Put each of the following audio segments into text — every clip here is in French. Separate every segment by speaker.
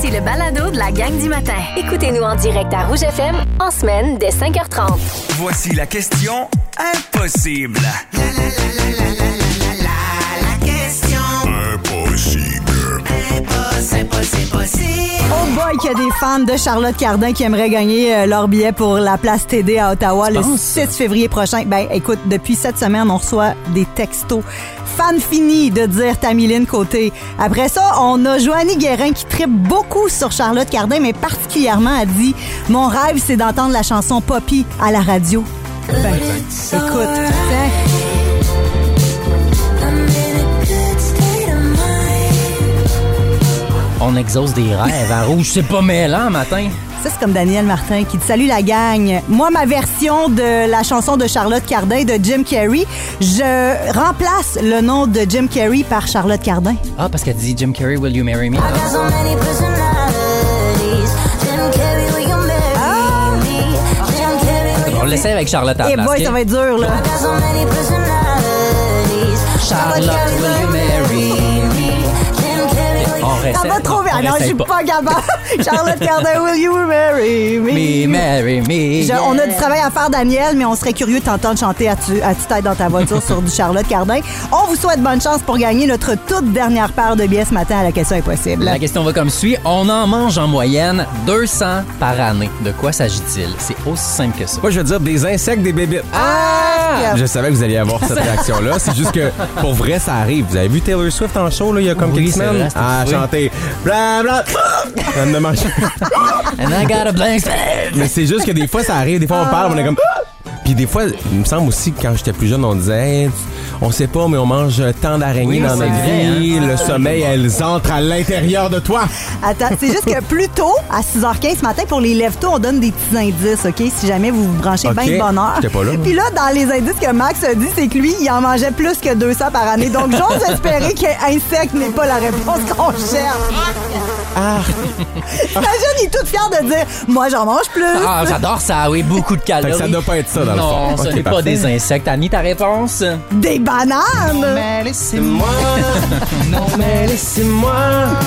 Speaker 1: C'est le balado de la gang du matin. Écoutez-nous en direct à Rouge FM en semaine dès 5h30.
Speaker 2: Voici la question impossible.
Speaker 3: Oh boy, qu'il y a des fans de Charlotte Cardin qui aimeraient gagner euh, leur billet pour la place TD à Ottawa le 6 février prochain. Ben, écoute, depuis cette semaine, on reçoit des textos. Fan fini de dire Tamiline Côté. Après ça, on a Joanny Guérin qui tripe beaucoup sur Charlotte Cardin, mais particulièrement a dit Mon rêve, c'est d'entendre la chanson Poppy à la radio. Ben, écoute, tiens.
Speaker 4: On exauce des rêves à rouge. C'est pas mêlant, matin.
Speaker 3: Ça, c'est comme Daniel Martin qui dit Salut la gang. Moi, ma version de la chanson de Charlotte Cardin de Jim Carrey, je remplace le nom de Jim Carrey par Charlotte Cardin.
Speaker 4: Ah, parce qu'elle dit Jim Carrey, will you marry me? Ah. On le laissait avec Charlotte à la
Speaker 3: Et
Speaker 4: place,
Speaker 3: Eh boy,
Speaker 4: ok?
Speaker 3: ça va être dur, là.
Speaker 4: Charlotte, will you marry me? On reste.
Speaker 3: Ça va trop vite. Ah non, je suis pas capable. Charlotte Cardin, will you marry
Speaker 4: Me,
Speaker 3: me?
Speaker 4: marry me.
Speaker 3: Je- on a du travail à faire, Daniel, mais on serait curieux de t'entendre chanter à tu, à tête dans ta voiture sur du Charlotte Cardin. On vous souhaite bonne chance pour gagner notre toute dernière paire de billets ce matin à la question impossible.
Speaker 4: La question va comme suit. On en mange en moyenne 200 par année. De quoi s'agit-il? C'est aussi simple que ça.
Speaker 5: Moi, je veux dire des insectes, des bébites.
Speaker 3: Ah!
Speaker 5: Je savais que vous alliez avoir cette réaction-là. C'est juste que, pour vrai, ça arrive. Vous avez vu Taylor Swift en show, là, il y a comme
Speaker 4: Oui,
Speaker 5: quelques
Speaker 4: c'est
Speaker 5: semaines?
Speaker 4: vrai, c'était
Speaker 5: à
Speaker 4: fou.
Speaker 5: chanter bla bla. Elle me mange.
Speaker 4: And I got a blank
Speaker 5: Mais c'est juste que des fois, ça arrive. Des fois, on parle, on est comme. Puis des fois, il me semble aussi que quand j'étais plus jeune, on disait, Hey, tu- on sait pas, mais on mange tant
Speaker 4: Oui,
Speaker 5: d'araignées dans
Speaker 4: c'est
Speaker 5: notre
Speaker 4: vrai, hein.
Speaker 5: vie. Le sommeil, elles entrent à l'intérieur de toi.
Speaker 3: Attends, c'est juste que plus tôt, à 6h15 ce matin, pour les lève-tôt, on donne des petits indices, OK? Si jamais vous vous branchez
Speaker 5: OK.
Speaker 3: bien de bonne heure.
Speaker 5: J'étais pas là.
Speaker 3: Puis là, dans les indices que Max a dit, c'est que lui, il en mangeait plus que 200 par année. Donc, j'ose espérer que insecte n'est pas la réponse qu'on cherche. Imagine, il est tout fier de dire « Moi, j'en mange plus
Speaker 4: Ah, j'adore ça, oui, beaucoup de
Speaker 5: Fait
Speaker 4: calories.
Speaker 5: que ça doit pas être ça, dans le
Speaker 4: non, ce
Speaker 5: fond. Ok,
Speaker 4: n'est pas
Speaker 5: parfait.
Speaker 4: des insectes. Annie, ta réponse?
Speaker 3: des bananes!
Speaker 4: laissez-moi. non, mais laissez-moi.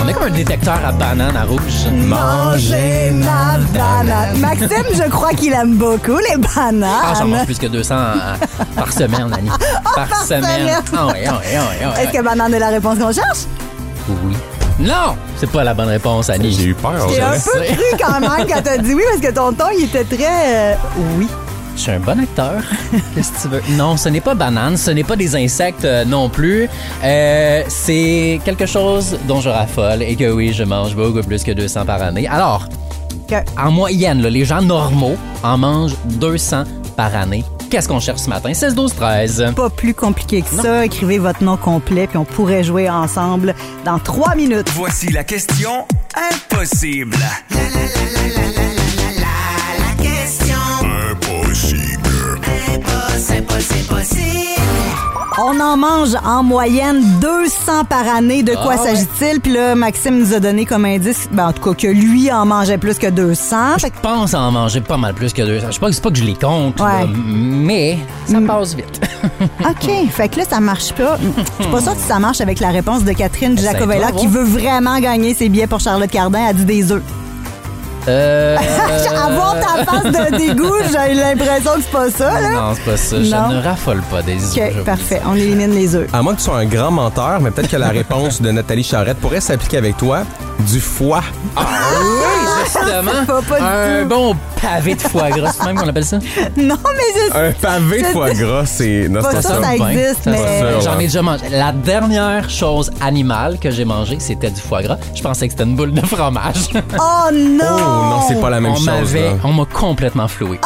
Speaker 4: On est comme un détecteur à banane à rouge. »
Speaker 3: Manger ma banane. Maxime, je crois qu'il aime beaucoup les bananes.
Speaker 4: Ah, j'en mange plus que 200 euh, par semaine, Annie. Oh, Par, semaine.
Speaker 3: semaine.
Speaker 4: Ah ouais, ah ouais, ah ouais, ah ouais.
Speaker 3: Est-ce que banane est la réponse qu'on cherche?
Speaker 4: Non! C'est pas la bonne réponse, Annie.
Speaker 5: J'ai eu peur.
Speaker 3: J'ai
Speaker 4: Je
Speaker 3: un
Speaker 4: le
Speaker 3: peu
Speaker 4: sais.
Speaker 3: cru quand même quand t'as dit oui parce que ton ton il était très euh, oui.
Speaker 4: Je suis un bon acteur. Qu'est-ce que tu veux? Non, ce n'est pas banane, ce n'est pas des insectes euh, non plus. Euh, c'est quelque chose dont je raffole et que oui, je mange beaucoup plus que 200 par année. Alors,
Speaker 3: Que-
Speaker 4: en moyenne, là, les gens normaux en mangent 200 par année. Qu'est-ce qu'on cherche ce matin? 16, 12, 13.
Speaker 3: Pas plus compliqué que ça. Écrivez votre nom complet puis on pourrait jouer ensemble dans trois minutes.
Speaker 2: Voici la question impossible.
Speaker 3: On en mange en moyenne 200 par année. De quoi
Speaker 4: Ah ouais.
Speaker 3: s'agit-il? Puis là, Maxime nous a donné comme indice, ben, en tout cas, que lui en mangeait plus que 200.
Speaker 4: Je
Speaker 3: Fait que
Speaker 4: pense en manger pas mal plus que 200. Je sais pas, c'est pas que je les compte,
Speaker 3: Ouais.
Speaker 4: là, mais ça passe vite.
Speaker 3: OK. Fait que là, ça marche pas. Je suis pas sûre que ça marche avec la réponse de Catherine
Speaker 4: Essaye-toi,
Speaker 3: Jacovella qui
Speaker 4: voir.
Speaker 3: veut vraiment gagner ses billets pour Charlotte Cardin. Elle dit des œufs.
Speaker 4: Euh,
Speaker 3: Avoir ta face de dégoût, j'ai l'impression que c'est pas ça, là.
Speaker 4: non, c'est pas ça.
Speaker 3: Non.
Speaker 4: Je ne raffole pas des œufs, je
Speaker 3: OK,
Speaker 4: vous
Speaker 3: parfait. On élimine les œufs.
Speaker 5: À moins que tu sois un grand menteur, mais peut-être que la réponse de Nathalie Charrette pourrait s'appliquer avec toi. Du foie.
Speaker 4: Oui, justement.
Speaker 3: Ah, va pas du
Speaker 4: un
Speaker 3: tout.
Speaker 4: bon pavé de foie gras, c'est même qu'on appelle ça.
Speaker 3: Non, mais je...
Speaker 5: Un pavé de foie gras, c'est. Non,
Speaker 3: Pas
Speaker 5: c'est
Speaker 3: ça,
Speaker 5: pas
Speaker 3: ça existe,
Speaker 4: Ça,
Speaker 3: mais-
Speaker 4: c'est
Speaker 5: ça, ouais.
Speaker 4: J'en ai déjà mangé. La dernière chose animale que j'ai mangée, c'était du foie gras. Je pensais que c'était une boule de fromage.
Speaker 3: Oh non!
Speaker 5: Oh, non, c'est pas la même
Speaker 4: on
Speaker 5: chose.
Speaker 4: m'avait,
Speaker 5: là.
Speaker 4: on m'a complètement floué.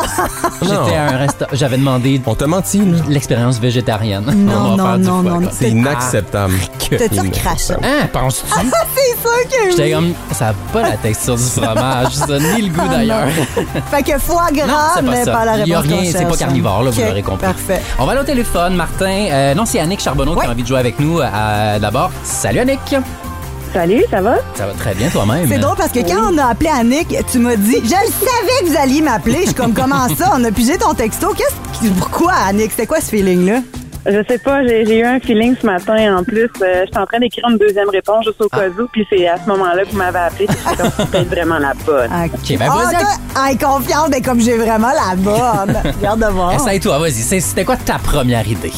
Speaker 4: J'étais
Speaker 5: Non.
Speaker 4: à un resta- j'avais demandé
Speaker 5: On t'a menti, là.
Speaker 4: l'expérience végétarienne.
Speaker 3: Non,
Speaker 4: On m'a
Speaker 3: non,
Speaker 4: offert du
Speaker 3: non,
Speaker 4: foie
Speaker 3: non,
Speaker 4: gras.
Speaker 5: C'est inacceptable.
Speaker 3: T'as-tu recraché?
Speaker 4: Hein, penses-tu?
Speaker 3: Ah, c'est sûr que
Speaker 4: J'étais
Speaker 3: oui!
Speaker 4: comme, ça n'a pas la texture du fromage, ça, ni le goût d'ailleurs.
Speaker 3: Fait que foie gras,
Speaker 4: c'est pas
Speaker 3: Ah, mais
Speaker 4: ça.
Speaker 3: pas la réponse
Speaker 4: Il y a rien,
Speaker 3: qu'on
Speaker 4: c'est
Speaker 3: cherche.
Speaker 4: pas carnivore, là, vous
Speaker 3: OK,
Speaker 4: l'aurez compris.
Speaker 3: Parfait.
Speaker 4: On va aller au téléphone, Martin. Euh, non, c'est Annick Charbonneau
Speaker 3: Ouais.
Speaker 4: qui a envie de jouer avec nous euh, d'abord. Salut Annick.
Speaker 6: Salut, ça va?
Speaker 4: Ça va très bien toi-même.
Speaker 3: C'est drôle parce que quand on a appelé Annick, tu m'as dit Je le savais que vous alliez m'appeler. Je suis comme comment ça? On a pigé ton texto. Qu'est-ce qui- Pourquoi, Annick? C'était quoi ce feeling-là?
Speaker 6: Je sais pas, j'ai j'ai eu un feeling ce matin en plus. Euh, J'étais en train d'écrire une deuxième réponse juste au cas où, puis c'est à ce moment-là que vous m'avez appelé, puis j'étais comme peut-être vraiment la bonne.
Speaker 4: OK, ben
Speaker 3: Ah,
Speaker 4: vas-y.
Speaker 3: toi, en confiance, mais comme j'ai vraiment la bonne. Regarde de voir.
Speaker 4: Essaye-toi, vas-y. C'est- C'était quoi ta première idée?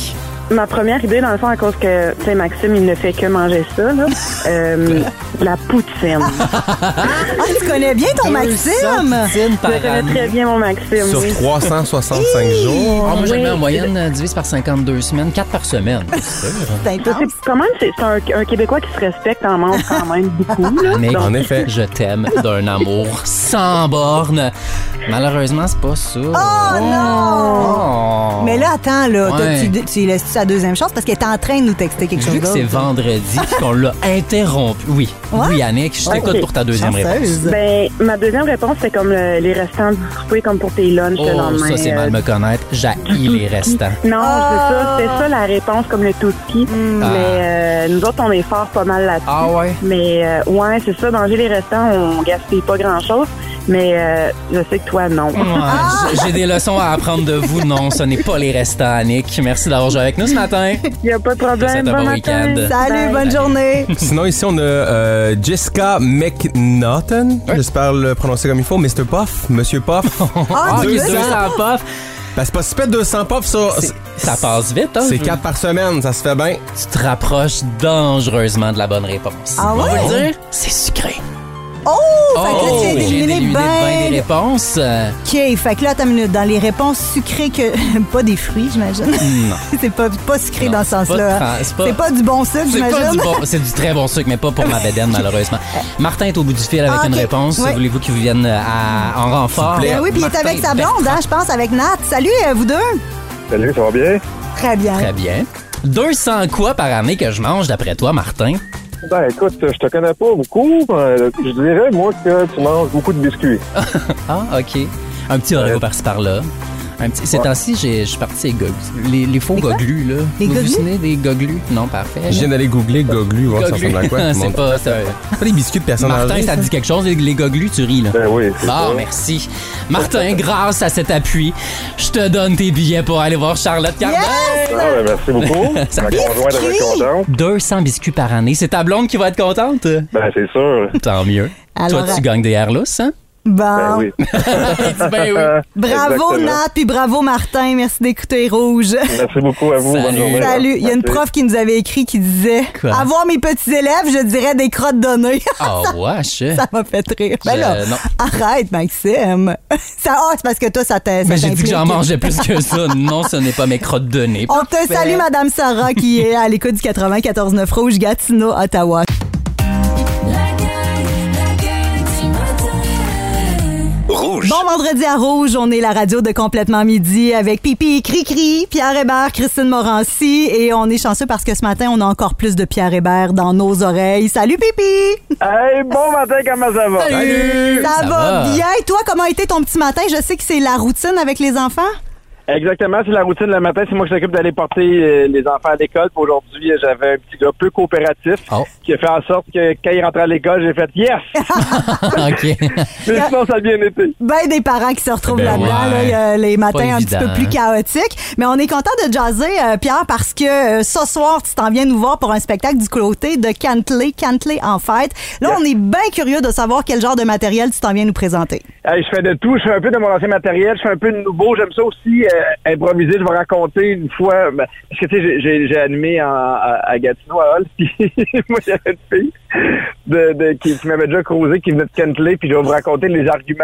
Speaker 6: Ma première idée, dans le fond, à cause que, tu sais, Maxime, il ne fait que manger ça, là, euh, la poutine.
Speaker 3: Ah, tu connais bien ton Maxime.
Speaker 4: 200 poutines par
Speaker 6: Je connais
Speaker 4: année.
Speaker 6: très bien mon Maxime,
Speaker 5: Sur
Speaker 6: oui.
Speaker 5: 365 jours.
Speaker 4: Ah, moi, j'en mets en
Speaker 6: Oui.
Speaker 4: moyenne euh, divise par 52 semaines, 4 par semaine.
Speaker 3: C'est
Speaker 4: Ah,
Speaker 6: Ça,
Speaker 3: intense.
Speaker 6: c'est quand même c'est c'est un, un Québécois qui se respecte en mange quand même beaucoup. Là.
Speaker 4: Ah, Mais
Speaker 5: En effet.
Speaker 4: je t'aime d'un amour sans borne. Malheureusement, c'est pas ça. Oh non!
Speaker 3: Mais là, attends, là, toi,
Speaker 4: Ouais.
Speaker 3: tu, tu laisses sa deuxième chance parce qu'elle est en train de nous texter quelque chose
Speaker 4: Vu que c'est
Speaker 3: d'autre.
Speaker 4: vendredi puis qu'on l'a interrompu. Oui,
Speaker 3: Ouais?
Speaker 4: oui, Yannick, je t'écoute
Speaker 6: Ok.
Speaker 4: pour ta deuxième réponse.
Speaker 3: Chanceuse.
Speaker 6: Ben, ma deuxième réponse, c'est comme le- les restants du souper, comme pour tes lunchs le
Speaker 4: Oh,
Speaker 6: lendemain.
Speaker 4: ça, c'est
Speaker 6: euh,
Speaker 4: mal me connaître. J'haïs les restants.
Speaker 6: Non, c'est ça, c'est ça la réponse comme le touski. Mais euh, nous autres, on est fort pas mal là-dessus.
Speaker 4: Ah ouais?
Speaker 6: Mais euh, ouais, c'est ça, manger les restants, on gaspille pas grand-chose. Mais euh, je sais que toi, non.
Speaker 4: Ouais,
Speaker 3: Ah!
Speaker 4: j- J'ai des leçons à apprendre de vous. Non, ce n'est pas les restants, Annick. Merci d'avoir joué avec nous ce matin.
Speaker 3: Ah,
Speaker 6: Il a pas de
Speaker 4: Je te souhaite
Speaker 6: problème.
Speaker 4: un bon
Speaker 6: matin.
Speaker 4: week-end.
Speaker 3: Ben, Salut, bonne journée.
Speaker 5: Sinon, ici, on a euh, Jessica McNaughton. J'espère le prononcer comme il faut. Mr. Puff, Monsieur Puff.
Speaker 3: Ah,
Speaker 4: Ah,
Speaker 3: deux Ah,
Speaker 5: 200.
Speaker 4: ça puff.
Speaker 5: Ben, c'est pas si pète 200 puffs, ça.
Speaker 4: C'est- Ça passe vite, hein?
Speaker 5: C'est
Speaker 4: Je-
Speaker 5: 4 par semaine, ça se fait bien.
Speaker 4: Tu te rapproches dangereusement de la bonne réponse.
Speaker 3: Ah
Speaker 4: On va
Speaker 3: ouais?
Speaker 4: vous le dire, c'est sucré.
Speaker 3: Oh, fait que là, tu as
Speaker 4: j'ai
Speaker 3: éliminé
Speaker 4: éliminé ben des
Speaker 3: ben...
Speaker 4: réponses. Euh,
Speaker 3: OK, fait que là, attends une minute. Dans les réponses sucrées que... pas des fruits, j'imagine.
Speaker 4: Non.
Speaker 3: c'est pas, pas sucré
Speaker 4: Non,
Speaker 3: dans ce
Speaker 4: c'est pas
Speaker 3: sens-là.
Speaker 4: trans-
Speaker 3: hein.
Speaker 4: c'est pas-
Speaker 3: C'est pas du bon sucre,
Speaker 4: C'est pas du
Speaker 3: j'imagine.
Speaker 4: bon, c'est du très bon sucre, mais pas pour ma bédaine, malheureusement. Martin est au bout du fil avec
Speaker 3: Euh. Ah,
Speaker 4: une
Speaker 3: ok.
Speaker 4: réponse.
Speaker 3: Ouais.
Speaker 4: Voulez-vous qu'il vous vienne euh, à- en renfort?
Speaker 3: Ben oui, puis il est
Speaker 4: Martin
Speaker 3: avec sa blonde, hein, je pense, avec Nat. Salut, euh, vous deux.
Speaker 7: Salut, ça va bien?
Speaker 3: Très bien.
Speaker 4: Très bien. 200 quoi par année que je mange, d'après toi, Martin?
Speaker 7: Ben écoute, je te connais pas beaucoup. Euh, Je dirais, moi, que tu manges beaucoup de biscuits.
Speaker 4: Ah, OK. Un petit Oreo par-ci par-là. Un petit... Ces
Speaker 7: Ouais.
Speaker 4: temps-ci, j'ai- je suis parti avec gog- les, les faux goglus, là.
Speaker 3: Les
Speaker 4: vous vous
Speaker 3: goglus?
Speaker 4: souvenez des goglus? Non, parfait.
Speaker 5: Je viens d'aller googler Goglu, voir si ça
Speaker 4: Goglus.
Speaker 5: ressemble à quoi. tout le
Speaker 4: c'est
Speaker 5: monde.
Speaker 4: pas... c'est un-
Speaker 5: pas des biscuits de personne
Speaker 4: Martin,
Speaker 5: âgée,
Speaker 4: ça te dit quelque chose, les, les goglus, tu ris, là.
Speaker 7: Ben oui. c'est
Speaker 4: Bon,
Speaker 7: ça.
Speaker 4: merci. Martin, grâce à cet appui, je te donne tes billets pour aller voir Charlotte Cardin.
Speaker 7: Ah, ben, merci beaucoup. Ma conjointe va être contente.
Speaker 4: 200 biscuits par année. C'est ta blonde qui va être contente?
Speaker 7: Ben c'est sûr.
Speaker 4: Tant mieux.
Speaker 3: Alors,
Speaker 4: Toi,
Speaker 3: euh,
Speaker 4: tu gagnes des airless, hein?
Speaker 7: Ben
Speaker 3: Bon.
Speaker 7: oui.
Speaker 4: ben oui.
Speaker 3: Bravo,
Speaker 7: Exactement.
Speaker 3: Nat, puis bravo, Martin. Merci d'écouter Rouge.
Speaker 7: Merci beaucoup à vous.
Speaker 4: Salut.
Speaker 7: Bonne journée.
Speaker 3: Salut. Il y a une
Speaker 7: Merci.
Speaker 3: prof qui nous avait écrit qui disait
Speaker 4: Quoi?
Speaker 3: Avoir mes petits élèves, je dirais des crottes données.
Speaker 4: Ah, wesh.
Speaker 3: ça m'a fait rire. Ben
Speaker 4: Je-
Speaker 3: là,
Speaker 4: non.
Speaker 3: arrête, Maxime. Ça, ah, c'est parce que toi, ça t'a. ça
Speaker 4: Mais j'ai dit que
Speaker 3: t'implique.
Speaker 4: j'en mangeais plus que ça. Non, ce n'est pas mes crottes de nez.
Speaker 3: On te salue, Madame Sarah, qui est à l'écoute du 94-9 Rouge, Gatineau, Ottawa.
Speaker 2: Rouge.
Speaker 3: Bon vendredi à Rouge, on est la radio de Complètement Midi avec Pipi, Cri-Cri, Pierre Hébert, Christine Morancy et on est chanceux parce que ce matin, on a encore plus de Pierre Hébert dans nos oreilles. Salut Pipi!
Speaker 7: Hey, bon matin, comment ça va?
Speaker 4: Salut!
Speaker 3: Ça, va, bien? Et toi, comment a été ton petit matin? Je sais que c'est la routine avec les enfants.
Speaker 7: Exactement, c'est la routine le matin. C'est moi qui s'occupe d'aller porter euh, les enfants à l'école. Puis Aujourd'hui, euh, j'avais un petit gars peu coopératif
Speaker 4: Oh.
Speaker 7: qui a fait en sorte que quand il rentrait à l'école, j'ai fait yes!
Speaker 4: OK.
Speaker 7: Mais sinon, ça a bien été.
Speaker 3: Ben des parents qui se retrouvent
Speaker 5: Ben
Speaker 3: là-dedans,
Speaker 4: ouais.
Speaker 3: là, il y a les matins un
Speaker 4: évident,
Speaker 3: petit peu plus
Speaker 4: hein.
Speaker 3: chaotiques. Mais on est content de jaser, euh, Pierre, parce que euh, ce soir, tu t'en viens nous voir pour un spectacle du côté de Cantley, Cantley en fête. Là, on est bien curieux de savoir quel genre de matériel tu t'en viens nous présenter.
Speaker 7: Hey, je fais de tout. Je fais un peu de mon ancien matériel. Je fais un peu de nouveau. J'aime ça aussi euh, improviser. Je vais raconter une fois. ben, parce que tu sais, j'ai- j'ai- j'ai animé en- à, à Gatineau à Hall. Puis moi, j'avais une fille de, de- qui, qui m'avait déjà croisé, qui venait de Kentley. Puis je vais vous raconter les arguments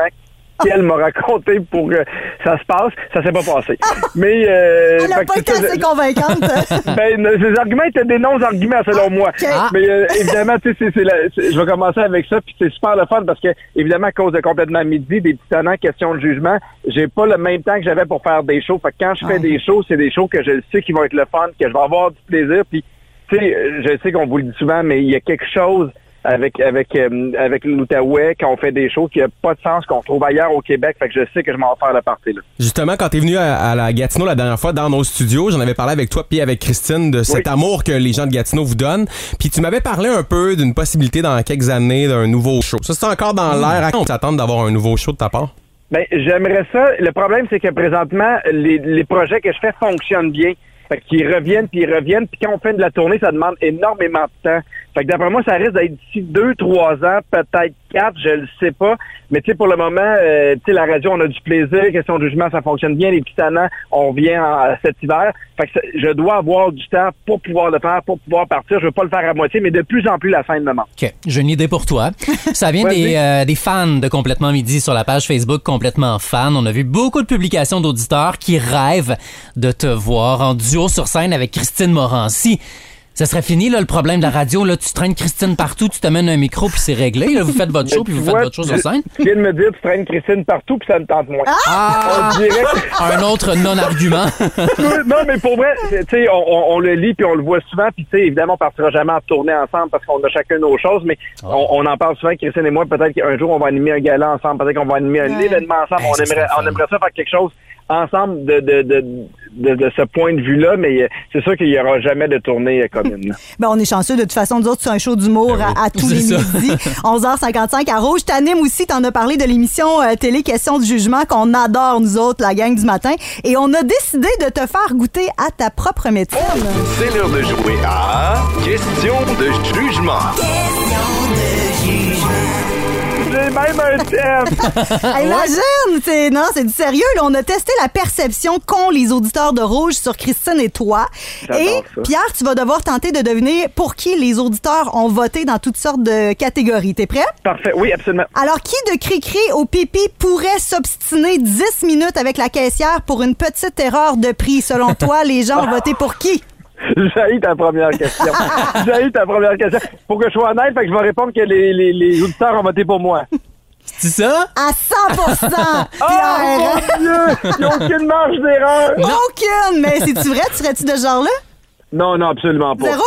Speaker 7: qu'elle m'a raconté pour que ça se passe. Ça s'est pas passé. Mais euh,
Speaker 3: Elle n'a
Speaker 7: fait que
Speaker 3: pas
Speaker 7: c'est
Speaker 3: été
Speaker 7: ça,
Speaker 3: assez
Speaker 7: je-
Speaker 3: convaincante.
Speaker 7: ben, ne- ces arguments étaient des non-arguments selon moi. Mais euh, évidemment, tu sais, c'est- c'est la- c'est- je vais commencer avec ça, puis c'est super le fun parce que, évidemment, à cause de complètement midi, des petits tenants, question de jugement, j'ai pas le même temps que j'avais pour faire des shows. Fait que quand je fais des shows, c'est des shows que je le sais qui vont être le fun, que je vais avoir du plaisir, puis tu sais, euh, je sais qu'on vous le dit souvent, mais il y a quelque chose avec avec euh, avec l'Outaouais quand on fait des choses qui a pas de sens qu'on trouve ailleurs au Québec. Fait que je sais que je m'en vais faire la partie là.
Speaker 5: Justement, quand t'es venu à, à la Gatineau la dernière fois dans nos studios, j'en avais parlé avec toi puis avec Christine de cet
Speaker 7: Oui.
Speaker 5: amour que les gens de Gatineau vous donnent. Puis tu m'avais parlé un peu d'une possibilité dans quelques années d'un nouveau show. Ça, c'est encore dans
Speaker 7: Hmm.
Speaker 5: l'air. À quand on s'attend d'avoir un nouveau show de ta part?
Speaker 7: Ben, j'aimerais ça. Le problème, c'est que présentement, les, les projets que je fais fonctionnent bien. Fait qu'ils reviennent, puis ils reviennent. Puis quand on fait de la tournée, ça demande énormément de temps. Fait que d'après moi, ça risque d'être d'ici deux, trois ans, peut-être quatre, je le sais pas. Mais tu sais, pour le moment, euh, tu sais, la radio, on a du plaisir. Question de jugement, ça fonctionne bien. Les petits anants, on revient en- cet hiver. Fait que ça- je dois avoir du temps pour pouvoir le faire, pour pouvoir partir. Je veux pas le faire à moitié, mais de plus en plus, la scène me manque.
Speaker 4: OK, j'ai une idée pour toi. Ça vient
Speaker 7: Vas-y.
Speaker 4: des, euh, des fans de Complètement Midi sur la page Facebook Complètement Fan. On a vu beaucoup de publications d'auditeurs qui rêvent de te voir en duo sur scène avec Christine Morancy. Ça serait fini, là, le problème de la radio. Là, tu traînes Christine partout, tu t'amènes un micro, puis c'est réglé. Là, vous faites votre show, puis vous
Speaker 7: Tu
Speaker 4: faites
Speaker 7: vois,
Speaker 4: votre chose sur
Speaker 7: tu-
Speaker 4: scène.
Speaker 7: Tu viens de me dire, tu traînes Christine partout, puis ça me tente moins.
Speaker 4: Ah!
Speaker 7: On dirait que-
Speaker 4: Un autre non-argument.
Speaker 7: non, mais pour vrai, tu sais, on, on- on le lit puis on le voit souvent. Puis tu sais, évidemment, on partira jamais en tournée ensemble parce qu'on a chacun nos choses, mais
Speaker 4: Ah.
Speaker 7: on, on en parle souvent, Christine et moi. Peut-être qu'un jour, on va animer un gala ensemble. Peut-être qu'on va animer un
Speaker 3: Ouais.
Speaker 7: événement ensemble.
Speaker 4: Hey,
Speaker 7: on,
Speaker 4: Ben, ça serait
Speaker 7: aimerait,
Speaker 4: le fun.
Speaker 7: on aimerait ça faire quelque chose ensemble de, de, de, de, de ce point de vue-là, mais euh, c'est sûr qu'il n'y aura jamais de tournée euh, commune. là.
Speaker 3: Ben, on est chanceux. De toute façon, nous autres, c'est un show d'humour à, à tous
Speaker 4: Ben C'est
Speaker 3: les
Speaker 4: ça.
Speaker 3: midis. 11h55 à Rouge. T'animes aussi, t'en as parlé de l'émission euh, télé Question du jugement qu'on adore, nous autres, la gang du matin. Et on a décidé de te faire goûter à ta propre médecine.
Speaker 8: C'est l'heure de jouer à Question de jugement.
Speaker 7: J'ai même un thème! Ah,
Speaker 3: Hey, Imagine! c'est- Non, c'est du sérieux. là. on a testé la perception qu'ont les auditeurs de Rouge sur Christine et toi.
Speaker 7: J'adore
Speaker 3: Et
Speaker 7: ça.
Speaker 3: Pierre, tu vas devoir tenter de deviner pour qui les auditeurs ont voté dans toutes sortes de catégories. T'es prêt?
Speaker 7: Parfait, oui, absolument.
Speaker 3: Alors, qui de Cricri au pipi pourrait s'obstiner 10 minutes avec la caissière pour une petite erreur de prix? Selon toi, les gens ont voté pour qui?
Speaker 7: J'ai eu ta première question. J'ai eu ta première question. Pour que je sois honnête, fait que je vais répondre que les, les, les auditeurs ont voté pour moi.
Speaker 4: C'est ça?
Speaker 3: À 100
Speaker 7: Oh
Speaker 3: Pierre!
Speaker 7: mon Dieu! Il n'y a aucune marge d'erreur!
Speaker 3: Aucune! Mais c'est-tu vrai? Tu serais-tu de ce genre-là?
Speaker 7: Non, non, absolument pas.
Speaker 3: Zéro?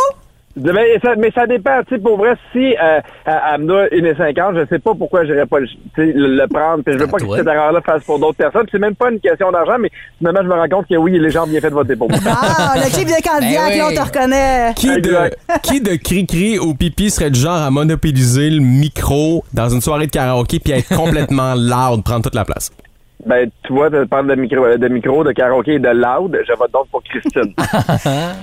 Speaker 7: Mais ça, mais ça dépend, tu sais, pour vrai, si euh, elle elle me donne une et cinquante, je sais pas pourquoi j'irais pas le, tu sais, le, le prendre, puis je veux pas que
Speaker 4: toi.
Speaker 7: cette erreur-là fasse pour d'autres personnes, Puis c'est même pas une question d'argent, mais finalement, je me rends compte que oui, les gens ont bien fait de voter pour moi.
Speaker 3: Ah, le clip de Candiac,
Speaker 4: Ben oui.
Speaker 3: là, on te reconnaît.
Speaker 5: Qui de,
Speaker 7: Exact.
Speaker 5: qui de cri-cri au pipi serait du genre à monopoliser le micro dans une soirée de karaoké puis à être complètement loud, prendre toute la place?
Speaker 7: ben, tu vois, de parles de micro, euh, de micro, de karaoké et de loud, je vote donc pour Christine.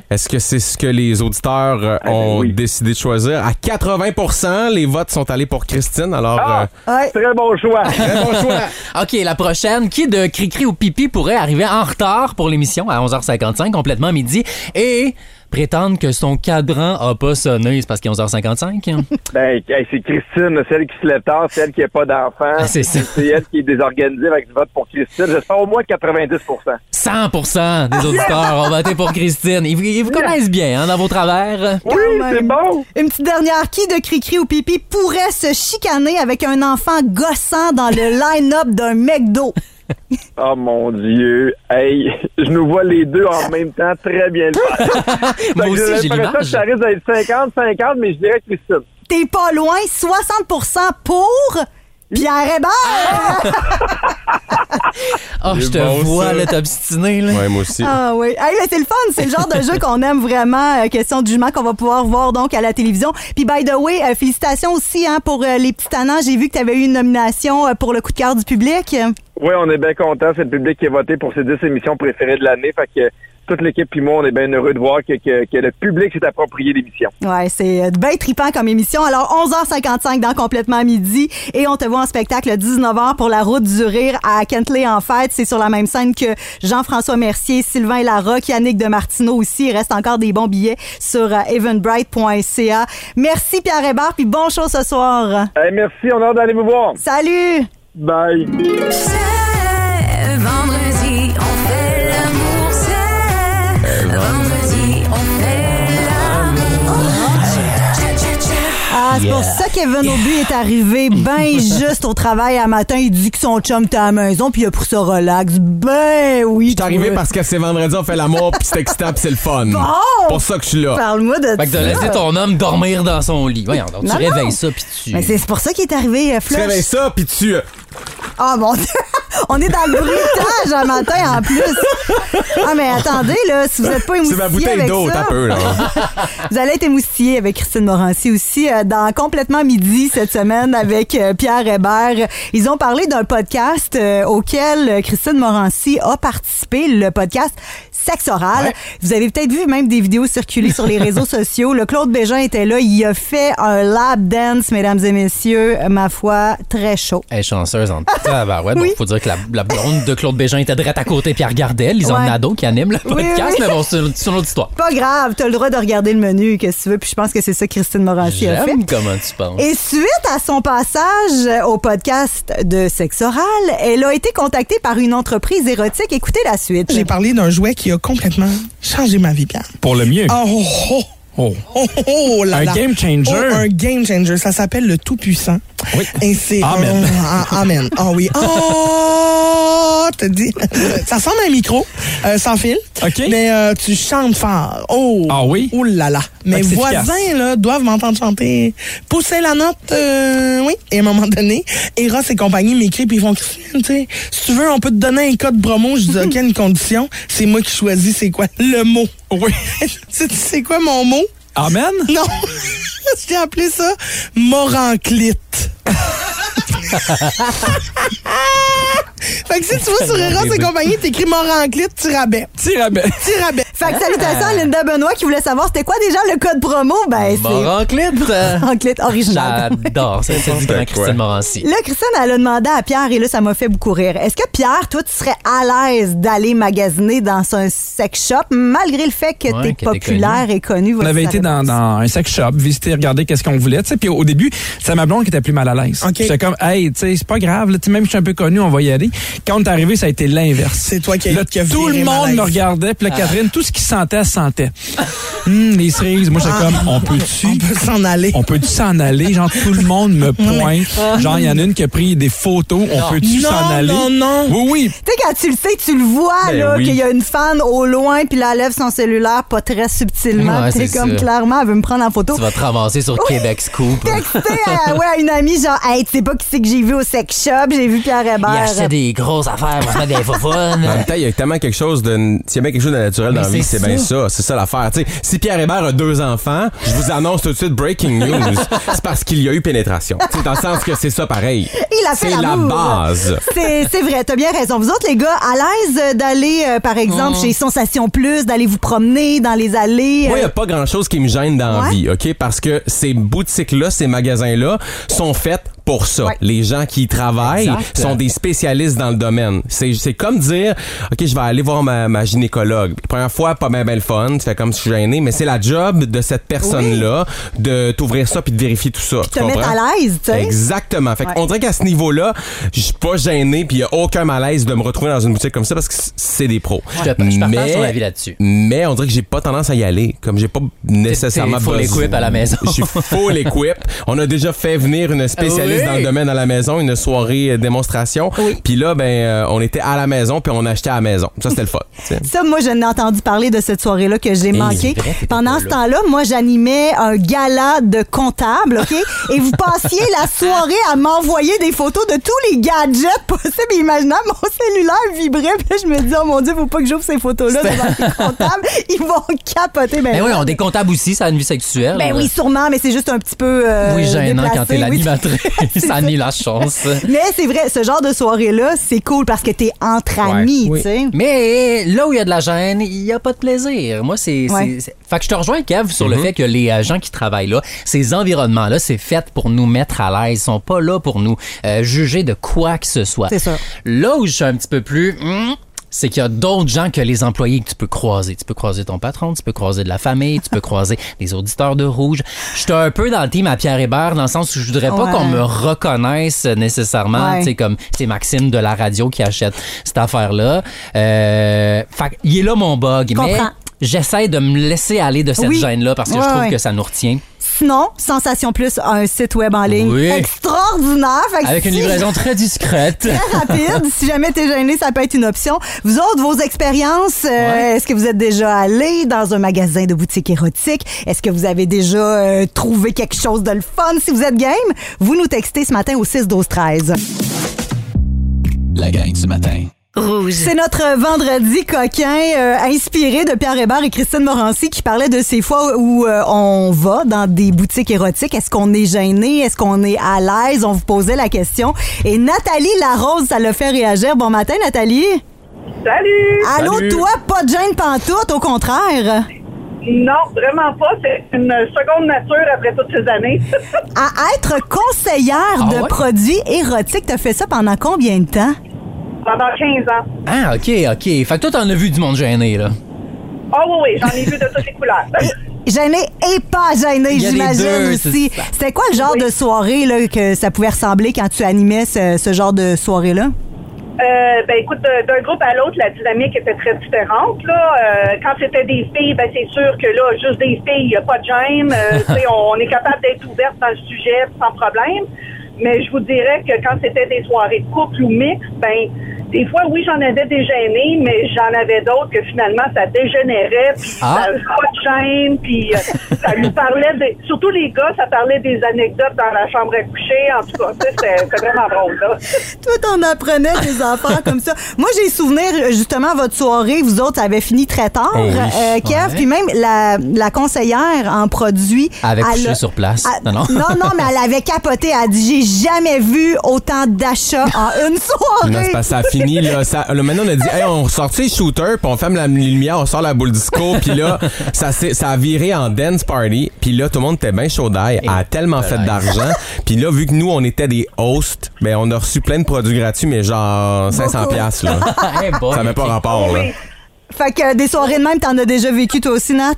Speaker 5: Est-ce que c'est ce que les auditeurs euh,
Speaker 7: Ah,
Speaker 5: ont
Speaker 7: oui.
Speaker 5: décidé de choisir? À 80 les votes sont allés pour Christine, alors...
Speaker 7: Ah!
Speaker 3: Ouais.
Speaker 7: Très bon choix.
Speaker 5: euh, très bon choix.
Speaker 4: OK, la prochaine. Qui de Cricri ou Pipi pourrait arriver en retard pour l'émission à 11h55, complètement midi, et prétendre que son cadran a pas sonné? C'est parce qu'il est 11h55? hein?
Speaker 7: Ben, hey, c'est Christine, celle qui se lève tard, celle qui n'a pas d'enfant.
Speaker 4: Ah, c'est ça.
Speaker 7: C'est elle qui est désorganisée avec du vote pour Christine. J'espère au moins 90
Speaker 4: 100 des auditeurs ont voté pour Christine. Ils, vous- ils vous connaissent bien hein, dans vos travers.
Speaker 7: Oui, c'est bon.
Speaker 3: Une petite dernière. Qui de Cricri ou Pipi pourrait se chicaner avec un enfant gossant dans le line-up d'un McDo?
Speaker 7: Oh mon Dieu. Hey, je nous vois les deux en même temps très bien. le faire.
Speaker 4: Moi
Speaker 7: Fait que
Speaker 4: aussi, j'ai
Speaker 7: l'impression que
Speaker 4: l'image.
Speaker 7: Ça risque d'être 50-50, mais je dirais Christine.
Speaker 3: T'es pas loin, 60 pour Pierre Hébert!
Speaker 4: Oh, je te
Speaker 5: C'est bon,
Speaker 4: vois,
Speaker 5: ça.
Speaker 4: là, t'obstiner, là.
Speaker 5: Ouais, moi aussi.
Speaker 3: Ah oui. Hey, mais c'est le fun, c'est le genre de jeu qu'on aime vraiment, euh, question de jugement qu'on va pouvoir voir donc à la télévision. Puis by the way, euh, félicitations aussi hein, pour euh, les petits tannants. J'ai vu que tu avais eu une nomination euh, pour le coup de cœur du public.
Speaker 7: Oui, on est bien content. C'est le public qui a voté pour ses 10 émissions préférées de l'année. Fait que toute l'équipe et moi, on est bien heureux de voir que, que- que le public s'est approprié l'émission.
Speaker 3: Ouais, c'est euh, bien tripant comme émission. Alors 11h55 dans complètement à midi et on te voit en spectacle le 19h pour la route du rire à Kentley en fête. C'est sur la même scène que Jean-François Mercier, Sylvain Larocque, Yannick de Martineau aussi. Il reste encore des bons billets sur euh, evenbright.ca. Merci Pierre Hébert puis bon show ce soir.
Speaker 7: Hey, merci, on a hâte d'aller vous voir.
Speaker 3: Salut.
Speaker 7: Bye.
Speaker 9: C'est vendredi, on fait l'amour. C'est vendredi, on fait l'amour. Tcha, tcha, tcha.
Speaker 3: Ah, c'est pour ça qu'Evan Aubu est arrivé ben juste au travail à matin. Il dit que son chum était à la maison puis il a pris ça relax. Ben oui.
Speaker 5: Je suis arrivé
Speaker 3: tu
Speaker 5: parce que c'est vendredi, on fait l'amour, puis c'est excitant, puis c'est le fun. Pour ça que je suis
Speaker 3: veux.
Speaker 5: là.
Speaker 3: Parle-moi de
Speaker 4: Fait que de
Speaker 3: ça.
Speaker 7: Ah.
Speaker 4: laisser ton homme dormir dans son lit. Voyons, donc, tu
Speaker 3: Non,
Speaker 4: réveilles
Speaker 3: non.
Speaker 4: ça, puis tu...
Speaker 3: Mais c'est c'est pour ça qu'il est arrivé euh,
Speaker 5: Tu
Speaker 3: flush.
Speaker 5: réveilles ça, puis tu...
Speaker 3: Ah mon dieu. On est dans le bruitage un matin en plus. Ah, mais attendez, là, si vous n'êtes pas émoustillé.
Speaker 5: C'est ma bouteille
Speaker 3: avec
Speaker 5: d'eau,
Speaker 3: ça,
Speaker 5: t'as peu, là.
Speaker 3: Vous allez être émoustillé avec Christine Morancy aussi euh, dans Complètement Midi cette semaine avec euh, Pierre Hébert. Ils ont parlé d'un podcast euh, auquel euh, Christine Morancy a participé, le podcast Sexe oral. Vous avez peut-être vu même des vidéos circuler sur les réseaux sociaux. Le Claude Bégin était là. Il a fait un lap dance, mesdames et messieurs. Ma foi, très chaud.
Speaker 4: Elle est chanceuse en tabarouette. Bon,
Speaker 3: Oui.
Speaker 4: faut dire que la, la blonde de Claude Bégin était droite à côté Pierre Gardel. Ils ont
Speaker 3: Ouais.
Speaker 4: un ado qui anime le podcast,
Speaker 3: oui.
Speaker 4: mais bon, c'est une c'est une autre histoire.
Speaker 3: Pas grave, t'as le droit de regarder le menu que tu veux, puis je pense que c'est ça que Christine Morancy a fait.
Speaker 4: J'aime comment tu penses.
Speaker 3: Et suite à son passage au podcast de sexe oral, elle a été contactée par une entreprise érotique. Écoutez la suite.
Speaker 10: J'ai parlé d'un jouet qui a complètement changé ma vie, Pierre.
Speaker 11: Pour le mieux.
Speaker 10: Oh, oh, oh.
Speaker 11: Oh.
Speaker 10: Oh, oh, oh, là,
Speaker 11: Un
Speaker 10: là.
Speaker 11: game changer.
Speaker 10: Oh, un game changer. Ça s'appelle le Tout-Puissant.
Speaker 11: Oui.
Speaker 10: Et c'est.
Speaker 11: Amen.
Speaker 10: Oh, ah, amen. Ah oui. Oh, te dis. Ça ressemble à un micro, euh, sans fil.
Speaker 11: OK.
Speaker 10: Mais euh, tu chantes fort. Oh.
Speaker 11: Ah oui?
Speaker 10: Oh là là. Mes
Speaker 11: que c'est
Speaker 10: voisins,
Speaker 11: efficace.
Speaker 10: là, doivent m'entendre chanter. Pousser la note, euh, oui. Et à un moment donné, Eros et compagnie m'écrivent puis ils font Christine, tu sais, si tu veux, on peut te donner un code promo. Je dis, OK, une condition. C'est moi qui choisis c'est quoi le mot.
Speaker 11: Oui.
Speaker 10: Tu sais- tu sais quoi mon mot?
Speaker 11: Amen?
Speaker 10: Non. J'ai appelé ça moranclite. fait que si tu vas sur Eros et compagnie, t'écris moranclite, tu rabais.
Speaker 11: Tirabelle.
Speaker 10: Tu rabais.
Speaker 3: Fait que salutations à Linda Benoît qui voulait savoir c'était quoi déjà le code promo. Ben, c'est
Speaker 4: Moranclite.
Speaker 3: Moranclite original.
Speaker 4: J'adore. Ça, c'est dit
Speaker 5: C'était
Speaker 4: comment Christine
Speaker 5: quoi?
Speaker 4: Morancy.
Speaker 3: Là, Christine, elle a demandé à Pierre et là, ça m'a fait beaucoup rire. Est-ce que Pierre, toi, tu serais à l'aise d'aller magasiner dans un sex shop malgré le fait que
Speaker 4: Ouais,
Speaker 3: t'es
Speaker 4: que t'es
Speaker 3: populaire et connu?
Speaker 11: On
Speaker 3: Voici
Speaker 11: avait
Speaker 3: sa
Speaker 11: été dans,
Speaker 3: réponse.
Speaker 11: dans un sex shop, visiter, regarder qu'est-ce qu'on voulait, tu sais. Puis au début, c'est ma blonde qui était plus mal à l'aise.
Speaker 10: OK.
Speaker 11: J'étais comme, hey, tu sais, c'est pas grave, là, tu sais, même si je suis un peu connu, on va y aller. Quand on est arrivé, ça a été l'inverse.
Speaker 10: C'est toi qui-
Speaker 11: Là,
Speaker 10: qui a
Speaker 11: Tout
Speaker 10: viré
Speaker 11: le
Speaker 10: mal à
Speaker 11: monde
Speaker 10: l'aise.
Speaker 11: me regardait, puis là, Catherine, tout ce qui sentait, se sentait. Hum, les cerises, moi, j'étais comme, on peut-tu?
Speaker 10: On peut s'en aller.
Speaker 11: On peut-tu s'en aller? Genre, tout le monde me pointe. Genre, il y en a une qui a pris des photos. On peut-tu
Speaker 10: Non,
Speaker 11: s'en aller?
Speaker 10: non, non.
Speaker 11: Oui, oui.
Speaker 3: Tu sais, quand tu le sais, tu le vois,
Speaker 11: Ben
Speaker 3: là,
Speaker 11: oui.
Speaker 3: qu'il y a une fan au loin, puis là, elle lève son cellulaire pas très subtilement.
Speaker 4: Ouais,
Speaker 3: tu sais,
Speaker 4: c'est
Speaker 3: comme
Speaker 4: ça.
Speaker 3: clairement, elle veut me prendre en photo.
Speaker 4: Tu vas te ramasser sur Québec Scoop.
Speaker 3: Texter à, ouais, à une amie, genre, hey, tu sais pas qui c'est que j'ai vu au sex shop, j'ai vu Pierre
Speaker 4: Il
Speaker 3: Hébert.
Speaker 4: achetait des grosses affaires pour se mettre des
Speaker 5: En
Speaker 4: faufounes.
Speaker 5: même temps, il y a tellement quelque chose de. S'il y a bien quelque chose de naturel dans la
Speaker 4: Mais
Speaker 5: vie,
Speaker 4: c'est
Speaker 5: c'est bien
Speaker 4: ça.
Speaker 5: ça. C'est ça l'affaire. Tu sais, si Pierre Hébert a deux enfants, je vous annonce tout de suite breaking news. c'est parce qu'il y a eu pénétration. Tu sais, dans le sens que c'est ça pareil.
Speaker 3: Il a fait
Speaker 5: C'est la
Speaker 3: l'amour.
Speaker 5: base.
Speaker 3: C'est c'est vrai, t'as bien raison. Vous autres, les gars, à l'aise euh, d'aller, euh, par exemple, chez Sensation Plus, d'aller vous promener dans les allées.
Speaker 5: Moi, il
Speaker 3: euh,
Speaker 5: n'y a pas grand-chose qui me gêne dans
Speaker 3: Ouais.
Speaker 5: la vie, OK? Parce que ces boutiques-là, ces magasins-là sont faits pour ça.
Speaker 3: Ouais.
Speaker 5: Les gens qui y travaillent
Speaker 4: Exact.
Speaker 5: sont des spécialistes dans le domaine. C'est c'est comme dire, OK, je vais aller voir ma, ma gynécologue. La première fois, pas bien ben le fun, tu fais comme si je suis gêné, mais c'est la job de cette personne-là de t'ouvrir ça puis de vérifier tout ça.
Speaker 3: te
Speaker 5: Tu
Speaker 3: mettre
Speaker 5: comprends?
Speaker 3: à l'aise, tu sais.
Speaker 5: Exactement. Fait qu'on dirait qu'à ce niveau-là, je suis pas gêné puis il y a aucun malaise de me retrouver dans une boutique comme ça parce que c- c'est des pros.
Speaker 4: Je te- je partage ton avis là-dessus.
Speaker 5: Mais on dirait que j'ai pas tendance à y aller. Comme j'ai pas nécessairement
Speaker 4: T'es- t'es full
Speaker 5: besoin.
Speaker 4: equip à la maison.
Speaker 5: Je suis full equip. On a déjà fait venir une spécialiste
Speaker 4: Oui.
Speaker 5: dans le domaine à la maison, une soirée euh, démonstration. Puis là, ben, euh, on était à la maison puis on achetait à la maison. Ça, c'était le fun. tu sais.
Speaker 3: Ça, moi, je n'ai entendu parler de cette soirée-là que j'ai manqué.
Speaker 4: Eh, c'est vrai, t'étais
Speaker 3: Pendant
Speaker 4: pas
Speaker 3: ce
Speaker 4: là.
Speaker 3: temps-là, moi, j'animais un gala de comptables, OK? Et vous passiez la soirée à m'envoyer des photos de tous les gadgets possibles et imaginables. Mon cellulaire vibrait, puis là, je me dis, oh mon Dieu, faut pas que j'ouvre ces photos-là devant les comptables. Ils vont capoter. Ben,
Speaker 4: Mais oui, on est comptable aussi, ça a une vie sexuelle.
Speaker 3: ben oui, sûrement, mais c'est juste un petit peu. euh,
Speaker 4: Oui, gênant
Speaker 3: déplacé.
Speaker 4: quand t'es
Speaker 3: Oui, c'est
Speaker 4: l'animatrice.
Speaker 3: ça.
Speaker 4: Ça nie la chance.
Speaker 3: Mais c'est vrai, ce genre de soirée-là, c'est cool parce que t'es entre amis,
Speaker 11: oui.
Speaker 3: tu sais.
Speaker 4: Mais là où il y a de la gêne, il n'y a pas de plaisir. Moi, c'est. c'est-
Speaker 3: Ouais.
Speaker 4: c'est- Fait que je te rejoins, Kev, sur le fait que les euh, gens qui travaillent là, ces environnements-là, c'est fait pour nous mettre à l'aise. Ils sont pas là pour nous euh, juger de quoi que ce soit.
Speaker 3: C'est ça.
Speaker 4: Là où je suis un petit peu plus. hmm, c'est qu'il y a d'autres gens que les employés que tu peux croiser. Tu peux croiser ton patron, tu peux croiser de la famille, tu peux croiser des auditeurs de rouge. Je suis un peu dans le team à Pierre Hébert, dans le sens où je voudrais pas
Speaker 3: Ouais.
Speaker 4: qu'on me reconnaisse nécessairement,
Speaker 3: Ouais.
Speaker 4: tu sais, comme c'est Maxime de la radio qui achète cette affaire là. Euh, fait que il est là mon bug, mais
Speaker 3: Comprends.
Speaker 4: j'essaie de me laisser aller de cette
Speaker 3: Oui.
Speaker 4: gêne là parce que
Speaker 3: Ouais,
Speaker 4: je trouve
Speaker 3: ouais.
Speaker 4: que ça nous retient.
Speaker 3: Sinon, Sensation Plus a un site web en ligne
Speaker 4: Oui.
Speaker 3: extraordinaire. Fait que
Speaker 4: Avec une
Speaker 3: si-
Speaker 4: livraison très discrète.
Speaker 3: Très rapide. Si jamais t'es gêné, ça peut être une option. Vous autres, vos expériences, euh,
Speaker 4: Ouais.
Speaker 3: est-ce que vous êtes déjà allé dans un magasin de boutique érotique? Est-ce que vous avez déjà euh, trouvé quelque chose de le fun? Si vous êtes game, vous nous textez ce matin au 6-12-13.
Speaker 12: La gang du matin.
Speaker 3: C'est notre vendredi coquin euh, inspiré de Pierre Hébert et Christine Morancy qui parlaient de ces fois où euh, on va dans des boutiques érotiques. Est-ce qu'on est gêné? Est-ce qu'on est à l'aise? On vous posait la question. Et Nathalie Larose, ça l'a fait réagir. Bon matin, Nathalie.
Speaker 13: Salut!
Speaker 3: Allô,
Speaker 13: Salut.
Speaker 3: toi, pas de gêne pantoute, au contraire.
Speaker 13: Non, vraiment pas. C'est une seconde nature après toutes ces années.
Speaker 3: à être conseillère de produits érotiques, t'as fait ça pendant combien de temps?
Speaker 13: Pendant 15 ans.
Speaker 4: Ah, OK, OK. Fait que toi, t'en as vu du monde gêné, là.
Speaker 6: Oh,
Speaker 13: Ah oui, oui, j'en ai vu de toutes les couleurs.
Speaker 3: Gêné et pas gêné,
Speaker 4: Il y a les
Speaker 3: j'imagine
Speaker 4: deux,
Speaker 3: aussi.
Speaker 4: c'est ça.
Speaker 3: C'était quoi le genre de soirée là, que ça pouvait ressembler quand tu animais ce, ce genre de soirée-là?
Speaker 13: Euh, ben écoute, de- d'un groupe à l'autre, la dynamique était très différente. Là. Euh, quand c'était des filles, ben c'est sûr que là, juste des filles, il n'y a pas de gêne. Euh, tu sais, on, on est capable d'être ouverte dans le sujet sans problème. Mais je vous dirais que quand c'était des soirées de couple ou mixtes, ben des fois, oui, j'en avais des gênées, mais j'en avais d'autres que finalement, ça dégénérait, puis
Speaker 9: Ah.
Speaker 13: ça pas de gêne, puis euh, ça lui parlait des... Surtout les gars, ça parlait des anecdotes dans la chambre à coucher. En tout cas, tu sais, c'était c'était vraiment drôle, là.
Speaker 3: Toi, t'en apprenais des affaires comme ça. Moi, j'ai souvenir, euh, justement, votre soirée, vous autres, ça avait fini très tard,
Speaker 4: Oh oui.
Speaker 3: euh, Kev,
Speaker 4: Ouais.
Speaker 3: puis même la, la conseillère en produit.
Speaker 4: Avec
Speaker 3: elle
Speaker 4: couché
Speaker 3: a-
Speaker 4: sur place.
Speaker 3: elle-
Speaker 4: Non, non.
Speaker 3: non, non, mais elle avait capoté. Elle a dit, j'ai jamais vu autant d'achats en une soirée.
Speaker 5: Non, c'est parce que ça a fini, là. Ça, là, maintenant, on a dit, hey, on sort les shooters, puis on ferme la lumière, on sort la boule disco, puis là, ça, s'est- ça a viré en dance party, puis là, tout le monde était bien chaud d'ail. Elle a tellement fait d'argent. Puis là, vu que nous, on était des hosts, ben, on a reçu plein de produits gratuits, mais genre 500
Speaker 3: Beaucoup.
Speaker 5: piastres, là.
Speaker 3: Hey boy,
Speaker 5: ça n'avait pas
Speaker 3: ok.
Speaker 5: rapport, là.
Speaker 3: Fait que euh, des soirées de même, t'en as déjà vécu toi aussi, Nat?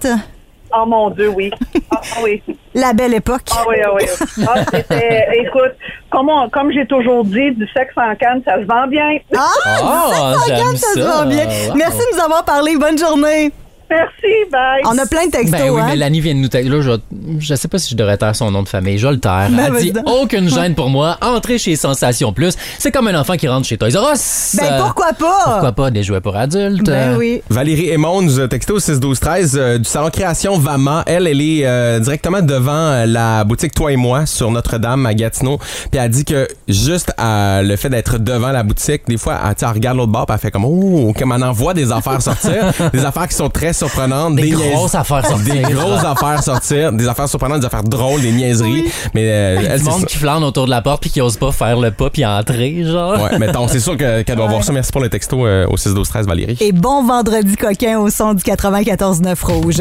Speaker 13: Oh mon Dieu, oui. Ah oui.
Speaker 3: La belle époque.
Speaker 13: Ah oui, ah oui. Ah, c'était- écoute, comme, on- comme j'ai toujours dit, du sexe en canne, ça se vend bien.
Speaker 3: Ah,
Speaker 9: Ah,
Speaker 3: du sexe en
Speaker 9: j'aime
Speaker 3: canne, ça, se
Speaker 9: ça.
Speaker 3: vend bien.
Speaker 4: Wow.
Speaker 3: Merci de nous avoir parlé. Bonne journée.
Speaker 13: Merci, bye.
Speaker 3: On a plein de textos,
Speaker 4: Ben oui,
Speaker 3: hein?
Speaker 4: Mélanie vient de nous taire. Là, je, je sais pas si je devrais taire son nom de famille. Je vais le taire.
Speaker 3: Ben,
Speaker 4: Elle
Speaker 3: vas-y
Speaker 4: dit
Speaker 3: donc.
Speaker 4: aucune gêne pour moi. Entrer chez Sensation Plus, c'est comme un enfant qui rentre chez Toys R Us.
Speaker 3: Ben,
Speaker 4: Euh,
Speaker 3: pourquoi Ben pas?
Speaker 4: Pourquoi pas des jouets pour adultes? euh,
Speaker 5: Valérie Aymon nous a texté au 6-12-13 euh, du salon Création Vama. Elle, elle est euh, directement devant euh, la boutique Toi et Moi sur Notre-Dame à Gatineau. Puis elle dit que juste euh, le fait d'être devant la boutique, des fois, elle, tu sais, elle regarde l'autre bord puis elle fait comme « Oh! » Comme on en voit des affaires sortir. des affaires qui sont très surprenantes.
Speaker 4: Des
Speaker 5: niais-
Speaker 4: grosses affaires sortir.
Speaker 5: Des grosses affaires sortir. Des affaires surprenantes, des affaires drôles, des niaiseries. Mais euh,
Speaker 4: Il y a
Speaker 5: elle,
Speaker 4: du
Speaker 5: c'est
Speaker 4: monde
Speaker 5: ça.
Speaker 4: qui flâne autour de la porte puis qui ose pas faire le pas puis entrer, genre.
Speaker 5: Ouais, mettons, c'est sûr que- qu'elle doit voir ça. Merci pour le texto euh, au 6-12-13, Valérie.
Speaker 3: Et bon vendredi coquin au son du 94-9 Rouge.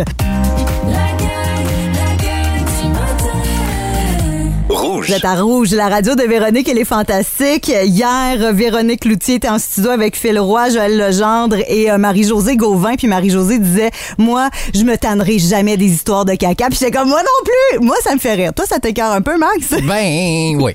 Speaker 9: Rouge.
Speaker 3: Vous êtes à Rouge, la radio de Véronique, elle est fantastique. Hier, Véronique Loutier était en studio avec Phil Roy, Joël Legendre et euh, Marie-Josée Gauvin. Puis Marie-Josée disait, moi, je me tannerai jamais des histoires de caca. Puis j'étais comme, moi non plus. Moi, ça me fait rire. Toi, ça t'écœure un peu, Max?
Speaker 4: Ben, oui.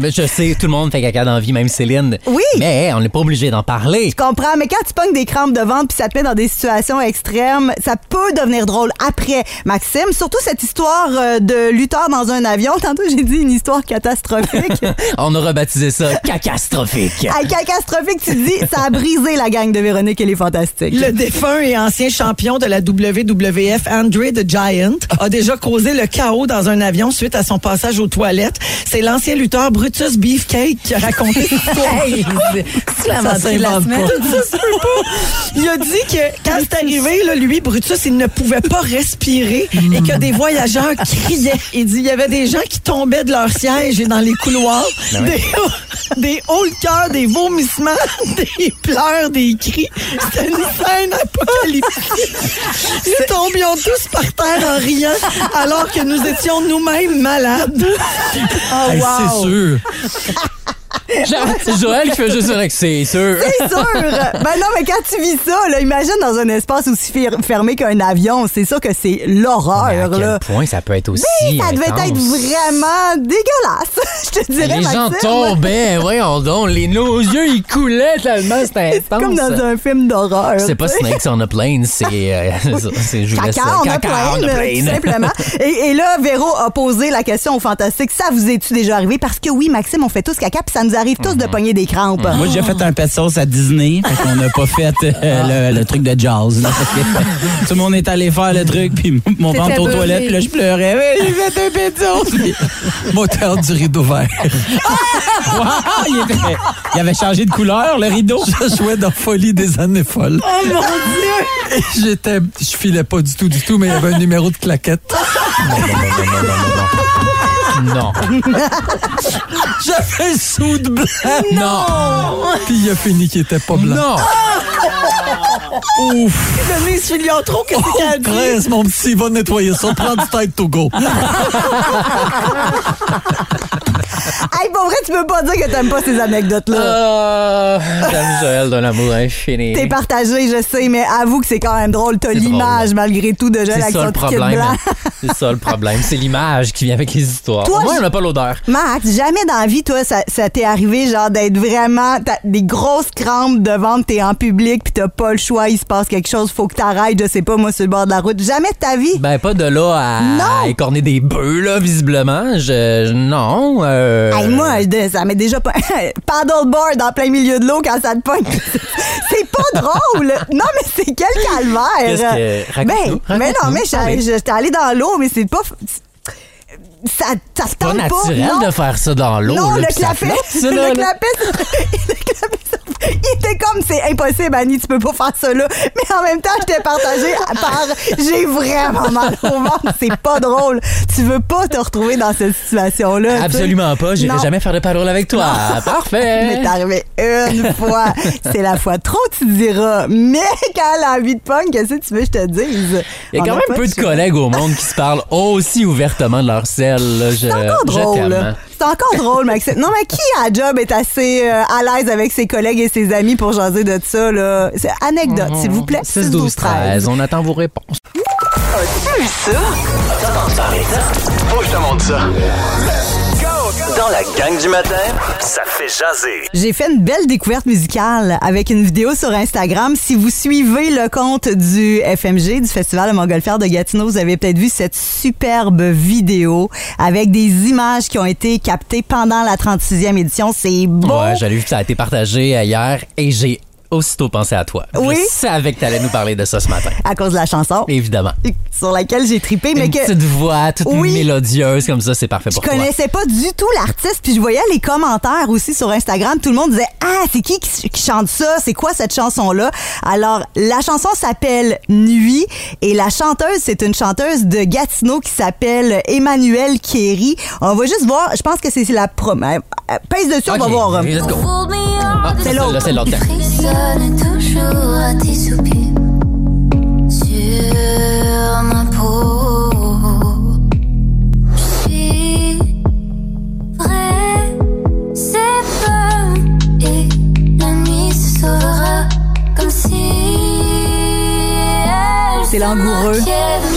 Speaker 4: Mais je sais, tout le monde fait caca dans la vie, même Céline.
Speaker 3: Oui.
Speaker 4: Mais on n'est pas obligé d'en parler.
Speaker 3: Je comprends, mais quand tu pognes des crampes de ventre puis ça te met dans des situations extrêmes, ça peut devenir drôle après, Maxime. Surtout cette histoire euh, de lutteur dans un avion. Tantôt, j'ai dit une histoire catastrophique.
Speaker 4: On a rebaptisé ça cacastrophique.
Speaker 3: À catastrophique, tu dis, ça a brisé la gang de Véronique et les Fantastiques.
Speaker 14: Le défunt et ancien champion de la WWF, Andre the Giant, a déjà causé le chaos dans un avion suite à son passage aux toilettes. C'est l'ancien lutteur Brutus Beefcake qui a raconté cette histoire.
Speaker 9: Hey, c'est la
Speaker 14: Ça
Speaker 9: menterie de la
Speaker 14: s'invente
Speaker 9: semaine.
Speaker 14: pas. Ça se peut pas. Il a dit que quand c'est arrivé, là, lui, Brutus, il ne pouvait pas respirer et que des voyageurs criaient. Il dit il y avait des gens qui tombaient de leur siège et dans les couloirs.
Speaker 9: Ben ouais.
Speaker 14: Des- des hauts le cœur, des vomissements, des pleurs, des cris. C'était une scène apocalyptique. Nous tombions tous par terre en riant alors que nous étions nous-mêmes malades.
Speaker 3: Ah,
Speaker 14: Oh,
Speaker 4: Hey,
Speaker 14: wow.
Speaker 4: C'est sûr. Genre, c'est Joël qui fait juste un mec, c'est sûr.
Speaker 3: C'est sûr! Ben non, mais quand tu vis ça, là, imagine dans un espace aussi fir- fermé qu'un avion. C'est sûr que c'est l'horreur,
Speaker 4: À quel
Speaker 3: là.
Speaker 4: point ça peut être aussi
Speaker 3: Oui, ça devait
Speaker 4: intense.
Speaker 3: être vraiment dégueulasse. Je te dirais,
Speaker 4: Les gens
Speaker 3: Maxime.
Speaker 4: tombaient, voyons donc. Les, nos yeux, ils coulaient tellement, c'était intense.
Speaker 3: Comme dans un film d'horreur.
Speaker 4: C'est pas
Speaker 3: tu sais.
Speaker 4: Snakes on a Plane, c'est... euh, c'est je vous laisse-
Speaker 3: Caca, on a plein,
Speaker 4: on a
Speaker 3: là, tout
Speaker 4: plane.
Speaker 3: simplement. Et, et là, Véro a posé la question au Fantastique. Ça vous est-tu déjà arrivé? Parce que oui, Maxime, on fait tous caca, puis ça nous arrive arrive tous
Speaker 4: Mm.
Speaker 3: de pogner des crampes.
Speaker 12: Moi, j'ai déjà fait un pet sauce à Disney. Fait qu'on n'a pas fait euh, le, le truc de jazz. là, parce que tout le monde est allé faire le truc, puis mon
Speaker 9: T'es
Speaker 12: ventre aux
Speaker 9: abusé.
Speaker 12: toilettes, puis là, je pleurais. Mais j'ai fait un pet sauce. Puis, Moteur du rideau vert. Wow, il, était- il avait changé de couleur, le rideau.
Speaker 15: Je jouais dans Folie des années folles.
Speaker 9: Oh, mon
Speaker 15: Dieu! Et j'étais, je filais pas du tout, du tout, mais il y avait un numéro de claquette.
Speaker 4: Non.
Speaker 15: J'avais un sou de blanc. Non. Puis il a fini qu'il était pas blanc. Non. Ouf.
Speaker 14: C'est devenu celui trop que c'est
Speaker 15: Oh, Grèce, mon petit, va nettoyer ça. Prends du tête, Togo.
Speaker 3: Hey, pour vrai, tu peux pas dire que t'aimes pas ces
Speaker 4: Euh,
Speaker 3: anecdotes-là.
Speaker 4: Ah, J'aime Joël d'un amour infini.
Speaker 3: T'es partagé, je sais, mais avoue que c'est quand même drôle. T'as l'image, malgré tout, de Joël
Speaker 4: C'est
Speaker 3: avec
Speaker 4: ça
Speaker 3: son
Speaker 4: le
Speaker 3: ticket
Speaker 4: problème.
Speaker 3: blanc.
Speaker 4: C'est ça le problème. C'est l'image qui vient avec les histoires.
Speaker 3: Toi,
Speaker 4: Au moins,
Speaker 3: je-
Speaker 4: on n'a pas l'odeur.
Speaker 3: Max, jamais dans la vie, toi, ça, ça t'est arrivé, genre, d'être vraiment. t'as des grosses crampes de ventre, t'es en public, puis t'as pas le choix, il se passe quelque chose, faut que t'arrêtes, je sais pas, moi, sur le bord de la route. Jamais de ta vie.
Speaker 4: Ben, pas de là à, à écorner des bœufs, là, visiblement. Je, je- non. euh,
Speaker 3: Hey, moi, je- ça m'est déjà pas. Paddleboard en plein milieu de l'eau quand ça te pogne. c'est pas drôle. Non, mais c'est quel calvaire.
Speaker 9: Qu'est-ce que-
Speaker 3: Ben,
Speaker 9: raconte-nous,
Speaker 3: mais non,
Speaker 9: raconte-nous.
Speaker 3: mais je-
Speaker 4: Ah oui.
Speaker 3: je- j'étais allée dans l'eau, mais c'est pas. Ça, ça te
Speaker 4: pas
Speaker 3: tente pas.
Speaker 4: naturel
Speaker 3: non.
Speaker 4: de faire ça dans l'eau.
Speaker 3: Non,
Speaker 4: là,
Speaker 3: le
Speaker 4: puis ça
Speaker 3: clapet.
Speaker 4: flotte, ça, là,
Speaker 3: Le
Speaker 4: là.
Speaker 3: clapet, ça- le clapet, ça- Il était comme, c'est impossible, Annie, tu peux pas faire ça là. Mais en même temps, j'étais partagée à part, j'ai vraiment mal au ventre. C'est pas drôle. Tu veux pas te retrouver dans cette situation-là. tu sais.
Speaker 4: Absolument pas. J'irai
Speaker 3: Non.
Speaker 4: jamais faire de parole avec toi. Parfait.
Speaker 3: Mais t'es arrivé
Speaker 4: Euh.
Speaker 3: une fois. C'est la fois trop, tu diras. Mais quand la vie de pogne, qu'est-ce que tu veux que je te dise?
Speaker 4: Il y a
Speaker 3: On
Speaker 4: quand
Speaker 3: pas
Speaker 4: même peu de
Speaker 3: choix.
Speaker 4: collègues au monde qui se parlent aussi ouvertement de leur sel. là. Je,
Speaker 3: C'est encore
Speaker 4: je hein.
Speaker 3: drôle.
Speaker 4: t'aime.
Speaker 3: C'est encore drôle, Maxime. Non, mais qui à job est assez euh, à l'aise avec ses collègues et ses amis pour jaser de ça, là? C'est anecdote,
Speaker 4: Mhm.
Speaker 3: s'il vous plaît.
Speaker 4: 6 12 13, on attend vos réponses.
Speaker 9: As-tu vu ça?
Speaker 8: Faut que je te montre ça.
Speaker 9: Dans la gang du matin, ça fait jaser.
Speaker 3: J'ai fait une belle découverte musicale avec une vidéo sur Instagram. Si vous suivez le compte du FMG, du Festival de Montgolfière de Gatineau, vous avez peut-être vu cette superbe vidéo avec des images qui ont été captées pendant la 36e édition. C'est beau.
Speaker 4: Ouais, j'avais vu que ça a été partagé euh, hier et j'ai aussitôt pensé à toi.
Speaker 3: Oui.
Speaker 4: Je savais que t'allais nous parler de ça ce matin.
Speaker 3: À cause de la chanson.
Speaker 4: Évidemment.
Speaker 3: Sur laquelle j'ai trippé, mais
Speaker 4: Une
Speaker 3: que.
Speaker 4: petite voix toute mélodieuse comme ça, c'est parfait pour
Speaker 3: Je
Speaker 4: toi.
Speaker 3: connaissais pas du tout l'artiste, puis je voyais les commentaires aussi sur Instagram. Tout le monde disait Ah, c'est qui qui qui chante ça C'est quoi cette chanson-là Alors, la chanson s'appelle Nuit, et la chanteuse, c'est une chanteuse de Gatineau qui s'appelle Emmanuelle Kéry. On va juste voir, je pense que c'est la première. Pèse dessus, on va
Speaker 9: Ok,
Speaker 3: voir. euh,
Speaker 9: let's go. Ah,
Speaker 3: c'est
Speaker 9: c'est celle-là,
Speaker 3: l'autre.
Speaker 9: c'est l'autre.
Speaker 16: frissonne toujours à tes soupirs sur ma peau. Je suis prêt, c'est pas et la nuit se sauvera comme si elle
Speaker 3: C'est langoureux.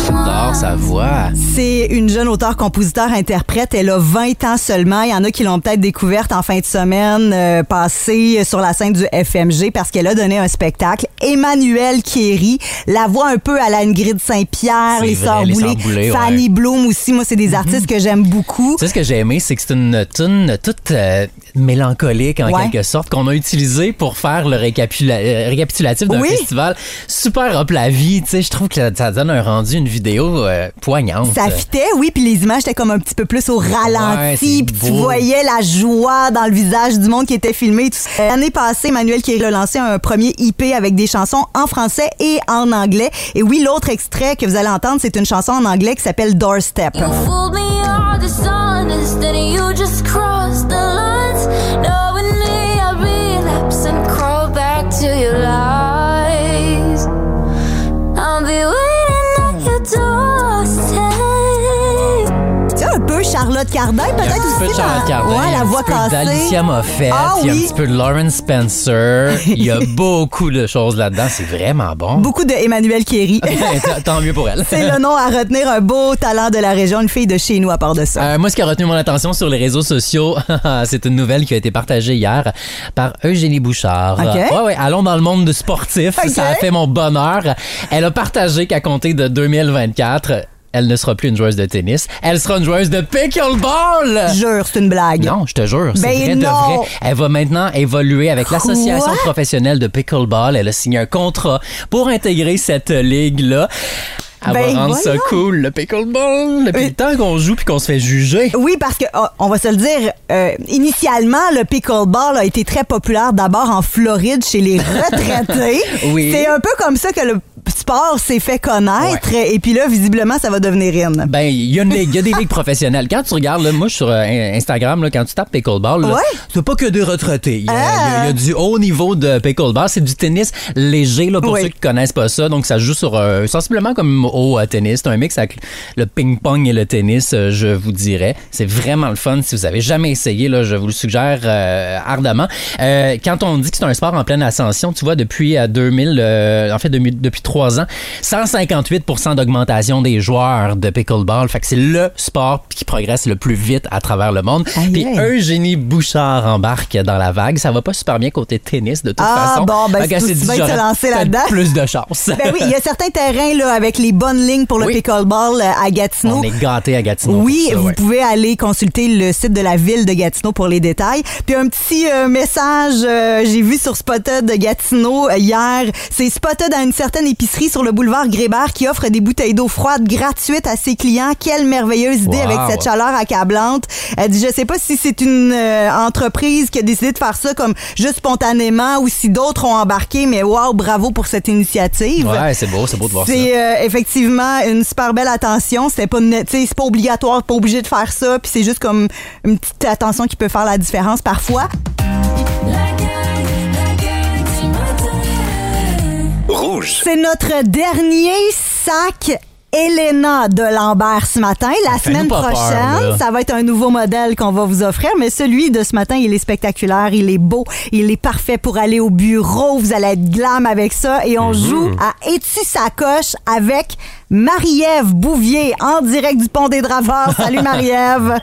Speaker 4: J'adore sa voix.
Speaker 3: C'est une jeune auteure-compositeur-interprète. Elle a 20 ans seulement. Il y en a qui l'ont peut-être découverte en fin de semaine euh, passée sur la scène du FMG parce qu'elle a donné un spectacle. Emmanuel Kéry, la voix un peu à la Ingrid Saint-Pierre,
Speaker 4: C'est
Speaker 3: les
Speaker 4: vrai,
Speaker 3: Sœurs
Speaker 4: les
Speaker 3: Boulay,
Speaker 4: Sœurs Boulay, ouais. Mm-hmm.
Speaker 3: Fanny Bloom aussi. Moi, c'est des artistes que j'aime beaucoup.
Speaker 4: Tu sais, ce que j'ai aimé, c'est que c'est une tune toute euh, mélancolique, en
Speaker 3: Ouais.
Speaker 4: quelque sorte, qu'on a utilisée pour faire le récapitula- euh, récapitulatif d'un
Speaker 3: Oui.
Speaker 4: festival. Super up la vie, tu sais. Je trouve que ça donne un rendu, une vidéo euh, poignante.
Speaker 3: Ça fitait, oui, puis les images étaient comme un petit peu plus au
Speaker 4: Ouais,
Speaker 3: ralenti,
Speaker 4: c'est
Speaker 3: puis tu
Speaker 4: beau.
Speaker 3: voyais la joie dans le visage du monde qui était filmé. et tout ça. L'année passée, Emmanuel qui a relancé un premier IP avec des chansons en français et en anglais. Et oui, l'autre extrait que vous allez entendre, c'est une chanson en anglais qui s'appelle Doorstep.
Speaker 16: fooled me all this honest and you just crossed the lines knowing me i relapse and crawl back to your lies i'll be waiting at your doorstep
Speaker 3: C'est un peu Charlotte Cardin,
Speaker 4: Il y a un
Speaker 3: peut-être
Speaker 4: petit
Speaker 3: aussi.
Speaker 4: peu de Charlotte
Speaker 3: dans-
Speaker 4: Cardin, il
Speaker 3: ouais,
Speaker 4: y a
Speaker 3: la
Speaker 4: un
Speaker 3: voix
Speaker 4: petit peu
Speaker 3: cassée.
Speaker 4: d'Alicia Moffett,
Speaker 3: Ah
Speaker 4: il y a un
Speaker 3: oui.
Speaker 4: petit peu de Lauren Spencer. Il y a beaucoup de choses là-dedans. C'est vraiment bon.
Speaker 3: Beaucoup de Emmanuel Kéry.
Speaker 4: Tant- Tant mieux pour elle.
Speaker 3: C'est le nom à retenir, un beau talent de la région, une fille de chez nous à part de ça.
Speaker 4: Euh, moi, ce qui a retenu mon attention sur les réseaux sociaux, c'est une nouvelle qui a été partagée hier par Eugénie Bouchard.
Speaker 3: Ok.
Speaker 4: Ouais, ouais, allons dans le monde du sportif.
Speaker 3: Ok.
Speaker 4: Ça a fait mon bonheur. Elle a partagé qu'à compter de 2024, elle ne sera plus une joueuse de tennis. Elle sera une joueuse de pickleball.
Speaker 3: Jure, c'est une blague.
Speaker 4: Non, je te jure, c'est
Speaker 3: Ben
Speaker 4: vrai de
Speaker 3: non.
Speaker 4: vrai. Elle va maintenant évoluer avec l'association
Speaker 3: Quoi?
Speaker 4: professionnelle de pickleball. Elle a signé un contrat pour intégrer cette euh, ligue-là. Elle
Speaker 3: Ben,
Speaker 4: va rendre ça
Speaker 3: voyons. Euh.
Speaker 4: cool, le pickleball. Depuis le temps qu'on joue puis qu'on se fait juger.
Speaker 3: Oui, parce que oh, on va se le dire, euh, initialement, le pickleball a été très populaire d'abord en Floride chez les retraités.
Speaker 4: Oui.
Speaker 3: C'est un peu comme ça que le sport s'est fait connaître. Et puis là, visiblement, ça va devenir in.
Speaker 4: Ben, il y a une ligue, il y a des ligues professionnelles. Quand tu regardes, là, moi, je suis sur euh, Instagram, là, quand tu tapes pickleball, là,
Speaker 3: Ouais.
Speaker 4: c'est pas que des retraités. Il y, a- il y a- il y a du haut niveau de pickleball. C'est du tennis léger, là, pour
Speaker 3: Oui.
Speaker 4: ceux qui connaissent pas ça. Donc, ça se joue sur, euh, sensiblement comme au euh, tennis. C'est un mix avec le ping-pong et le tennis, euh, je vous dirais. C'est vraiment le fun. Si vous avez jamais essayé, là, je vous le suggère euh, ardemment. Euh, quand on dit que c'est un sport en pleine ascension, tu vois, depuis euh, 2000, euh, en fait, 2000 depuis trois ans, 158 d'augmentation des joueurs de pickleball. Fait que c'est le sport qui progresse le plus vite à travers le monde. Puis Eugénie Bouchard embarque dans la vague. Ça va pas super bien côté tennis, de toute
Speaker 3: Ah,
Speaker 4: façon.
Speaker 3: bon, ben,
Speaker 4: Fait qu'elle
Speaker 3: c'est
Speaker 4: s'est
Speaker 3: aussi
Speaker 4: dit,
Speaker 3: bien de se
Speaker 4: j'aurais
Speaker 3: lancer
Speaker 4: peut-être
Speaker 3: là-dedans.
Speaker 4: plus de chance.
Speaker 3: Ben oui, il y a certains terrains là, avec les bonnes lignes pour le pickleball euh, à Gatineau.
Speaker 4: On est gâtés à Gatineau.
Speaker 3: Oui,
Speaker 4: pour ça,
Speaker 3: vous
Speaker 4: ouais.
Speaker 3: pouvez aller consulter le site de la ville de Gatineau pour les détails. Puis un petit euh, message, euh, j'ai vu sur Spotted de Gatineau euh, hier, c'est Spotted à une certaine épicerie sur le boulevard Grébert qui offre des bouteilles d'eau froide gratuites à ses clients. Quelle merveilleuse idée
Speaker 17: Wow.
Speaker 3: avec cette chaleur accablante. Elle dit, je sais pas si c'est une euh, entreprise qui a décidé de faire ça comme juste spontanément ou si d'autres ont embarqué, mais wow, bravo pour cette initiative.
Speaker 4: Ouais, c'est beau, c'est beau de voir ça.
Speaker 3: C'est euh, effectivement une super belle attention. C'est pas, une- tu sais, c'est pas obligatoire, pas obligé de faire ça. Puis c'est juste comme une petite attention qui peut faire la différence parfois.
Speaker 9: Rouge.
Speaker 3: C'est notre dernier sac. Elena de Lambert ce matin. La
Speaker 9: Fais-nous
Speaker 3: semaine
Speaker 9: pas peur,
Speaker 3: prochaine,
Speaker 9: là.
Speaker 3: ça va être un nouveau modèle qu'on va vous offrir, mais celui de ce matin, il est spectaculaire, il est beau, il est parfait pour aller au bureau. Vous allez être glam avec ça et on
Speaker 9: Mhm.
Speaker 3: joue à Étu Sacoche avec Marie-Ève Bouvier en direct du Pont des Draveurs. Salut Marie-Ève.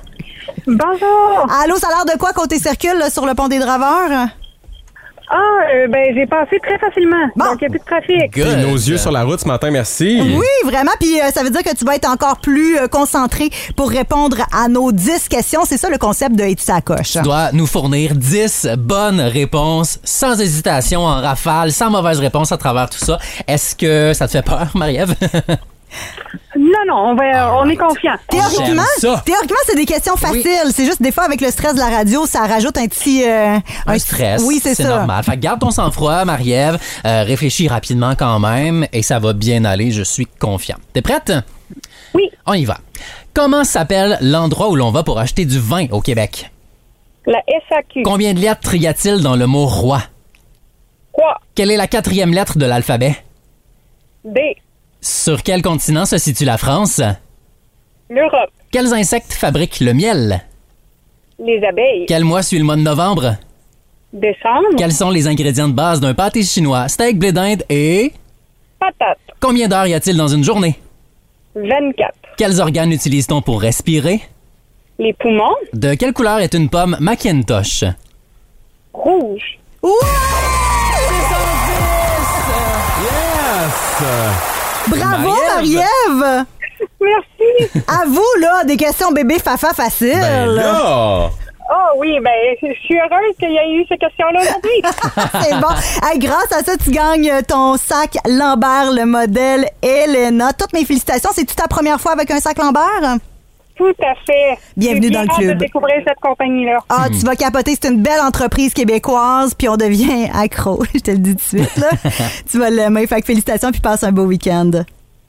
Speaker 13: Bonjour.
Speaker 3: Allô, ça a l'air de quoi côté circule là, sur le Pont des Draveurs?
Speaker 13: Ah, euh, ben, j'ai passé très facilement. Donc, il n'y a plus de trafic.
Speaker 5: Puis nos yeux sur la route ce matin, merci.
Speaker 3: Oui, vraiment. Puis euh, ça veut dire que tu vas être encore plus euh, concentré pour répondre à nos 10 questions. C'est ça le concept de Étude à coche.
Speaker 4: Tu dois nous fournir 10 bonnes réponses sans hésitation, en rafale, sans mauvaise réponse à travers tout ça. Est-ce que ça te fait peur, Marie-Ève?
Speaker 13: Non, non, on, va, on est confiant.
Speaker 3: Théoriquement,
Speaker 4: J'aime ça.
Speaker 3: théoriquement, c'est des questions faciles. C'est juste des fois avec le stress de la radio, ça rajoute un petit euh,
Speaker 4: un
Speaker 3: petit-
Speaker 4: stress.
Speaker 3: Oui, c'est ça.
Speaker 4: normal. Fait que garde ton sang-froid, Marie-Ève. Euh, réfléchis rapidement quand même et ça va bien aller. Je suis confiant. T'es prête?
Speaker 13: Oui.
Speaker 4: On y va. Comment s'appelle l'endroit où l'on va pour acheter du vin au Québec?
Speaker 13: La SAQ.
Speaker 4: Combien de lettres y a-t-il dans le mot roi?
Speaker 13: Quoi?
Speaker 4: Quelle est la quatrième lettre de l'alphabet?
Speaker 13: D.
Speaker 4: Sur quel continent se situe la France?
Speaker 13: L'Europe.
Speaker 4: Quels insectes fabriquent le miel?
Speaker 13: Les abeilles.
Speaker 4: Quel mois suit le mois de novembre?
Speaker 13: Décembre.
Speaker 4: Quels sont les ingrédients de base d'un pâté chinois? Steak, blé d'Inde et...
Speaker 13: Patate.
Speaker 4: Combien d'heures y a-t-il dans une journée?
Speaker 13: 24.
Speaker 4: Quels organes utilise-t-on pour respirer?
Speaker 13: Les poumons.
Speaker 4: De quelle couleur est une pomme Macintosh?
Speaker 13: Rouge.
Speaker 3: Bravo,
Speaker 4: Marie-Ève.
Speaker 3: Marie-Ève!
Speaker 13: Merci.
Speaker 3: À vous, là, des questions bébé fafa faciles.
Speaker 4: Ben
Speaker 13: Oh oui, ben, je suis heureuse qu'il y ait eu cette question-là aujourd'hui.
Speaker 3: C'est bon. Hey, grâce à ça, tu gagnes ton sac Lambert, le modèle Elena. Toutes mes félicitations. C'est-tu ta première fois avec un sac Lambert?
Speaker 13: Tout à fait.
Speaker 3: Bienvenue
Speaker 13: J'ai
Speaker 3: dans le
Speaker 13: bien hâte
Speaker 3: club.
Speaker 13: de découvrir cette compagnie-là.
Speaker 3: Ah, tu vas capoter. C'est une belle entreprise québécoise, puis on devient accro. Je te le dis tout de suite, là. tu vas l'aimer. Fait que félicitations, puis passe un beau week-end.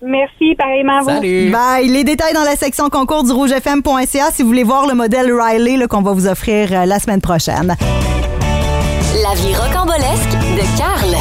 Speaker 13: Merci, pareillement à
Speaker 3: Oh.
Speaker 13: vous.
Speaker 3: Bye. Les détails dans la section concours du rougefm.ca si vous voulez voir le modèle Riley là, qu'on va vous offrir euh, la semaine prochaine.
Speaker 1: La vie rocambolesque de Carl.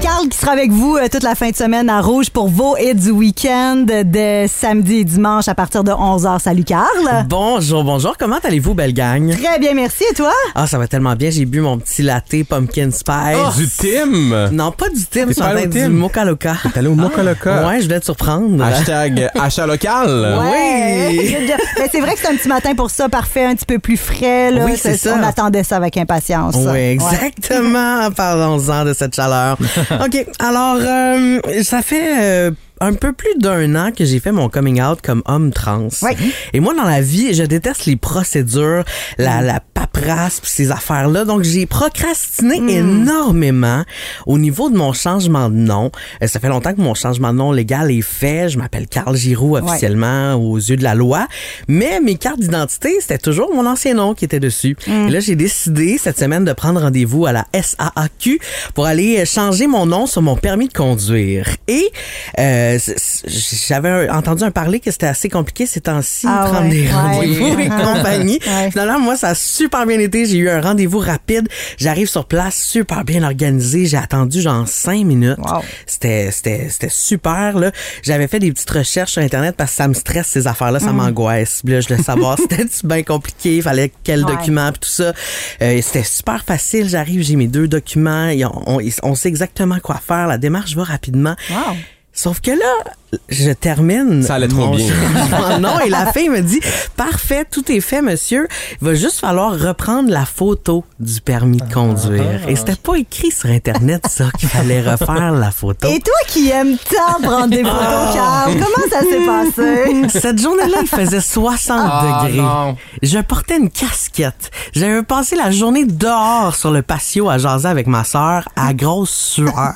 Speaker 3: Carl qui sera avec vous euh, toute la fin de semaine à Rouge pour vos hits du week-end de samedi et dimanche à partir de 11h. Salut Carl.
Speaker 18: Bonjour, bonjour. Comment allez-vous, belle gang?
Speaker 3: Très bien, merci. Et toi?
Speaker 18: Ah, ça va tellement bien. J'ai bu mon petit latte pumpkin spice.
Speaker 5: Oh, du Tim?
Speaker 18: Non, pas du Tim.
Speaker 5: T'es
Speaker 18: ce
Speaker 5: pas allé
Speaker 18: matin,
Speaker 5: au Tim?
Speaker 18: du Mocha Loca.
Speaker 5: T'es allé au Mocha Loca?
Speaker 18: Ouais, je voulais te surprendre.
Speaker 12: Ah,
Speaker 5: Hashtag achat local.
Speaker 3: Eh,
Speaker 18: Oui.
Speaker 3: Mais c'est vrai que c'est un petit matin pour ça, parfait, un petit peu plus frais. Là.
Speaker 18: Oui, c'est ça.
Speaker 3: On attendait ça avec impatience.
Speaker 18: Oui,
Speaker 3: Ouais.
Speaker 18: exactement. Parlons-en de cette chaleur. OK, alors, euh, ça fait euh, un peu plus d'un an que j'ai fait mon coming out comme homme trans. Et moi, dans la vie, je déteste les procédures,
Speaker 3: Mm.
Speaker 18: la, la paperasse, pis ces affaires-là. Donc, j'ai procrastiné
Speaker 3: Mm.
Speaker 18: énormément au niveau de mon changement de nom. Euh, ça fait longtemps que mon changement de nom légal est fait. Je m'appelle Carl Giroux
Speaker 3: Ouais.
Speaker 18: officiellement aux yeux de la loi. Mais mes cartes d'identité, c'était toujours mon ancien nom qui était dessus.
Speaker 3: Mm.
Speaker 18: Et là, j'ai décidé cette semaine de prendre rendez-vous à la SAAQ pour aller euh, changer mon nom sur mon permis de conduire. Et euh, c- c- j'avais un- entendu un parler que c'était assez compliqué ces temps-ci,
Speaker 3: Ah
Speaker 18: prendre
Speaker 3: ouais,
Speaker 18: des
Speaker 3: ouais.
Speaker 18: rendez-vous
Speaker 3: Ouais.
Speaker 18: et compagnie. Finalement, moi, ça a super bien été. J'ai eu un rendez-vous rapide. J'arrive sur place, super bien organisé. J'ai attendu genre cinq minutes. C'était, c'était, c'était super, là. J'avais fait des petites recherches sur Internet parce que ça me stresse, ces affaires-là. Ça
Speaker 12: Mm.
Speaker 18: m'angoisse. Puis Là, je voulais savoir, c'était-tu bien compliqué? Fallait quel
Speaker 12: Ouais.
Speaker 18: document? Puis tout ça. Euh, c'était super facile. J'arrive, j'ai mes deux documents. Et on, on- on sait exactement quoi faire. La démarche va rapidement. Sauf que là, je termine. Ça allait trop
Speaker 5: bien.
Speaker 18: non, et la fille me dit Parfait, tout est fait, monsieur. Il va juste falloir reprendre la photo du permis de conduire. Et c'était pas écrit sur Internet, ça, qu'il fallait refaire la photo.
Speaker 3: Et toi qui aimes tant prendre des
Speaker 18: Ah.
Speaker 3: photos, Carl, comment ça s'est passé?
Speaker 18: Cette journée-là, il faisait 60
Speaker 3: Ah,
Speaker 18: degrés. Je portais une casquette. J'avais passé la journée dehors sur le patio à jaser avec ma sœur à grosse sueur.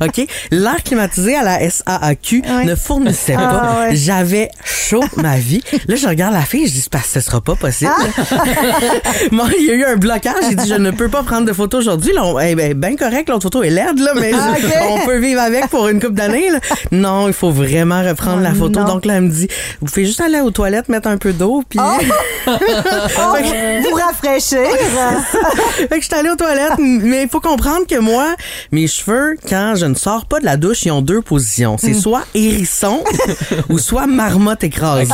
Speaker 18: OK? L'air climatisé à la SAAQ ne fournissait
Speaker 12: Ah,
Speaker 18: pas.
Speaker 12: ouais.
Speaker 18: J'avais chaud ma vie. Là, je regarde la fille, je dis, parce que ce sera pas possible.
Speaker 12: Ah.
Speaker 18: Moi, il y a eu un blocage. J'ai dit, je ne peux pas prendre de photos aujourd'hui. Là, on- eh ben, ben correct, l'autre photo est laide, là, mais
Speaker 12: Ah,
Speaker 18: je-
Speaker 12: ok.
Speaker 18: on peut vivre avec pour une couple d'années. là. Non, il faut vraiment reprendre la photo. Donc là, elle me dit, vous pouvez juste aller aux toilettes, mettre un peu d'eau, puis...
Speaker 12: Ah!
Speaker 3: Oh, vous rafraîchir.
Speaker 18: fait que je suis allée aux toilettes, m- mais il faut comprendre que moi, mes cheveux, quand je ne sors pas de la douche, ils ont deux positions. C'est
Speaker 12: Mm.
Speaker 18: soit hérisson ou soit marmotte écrasée.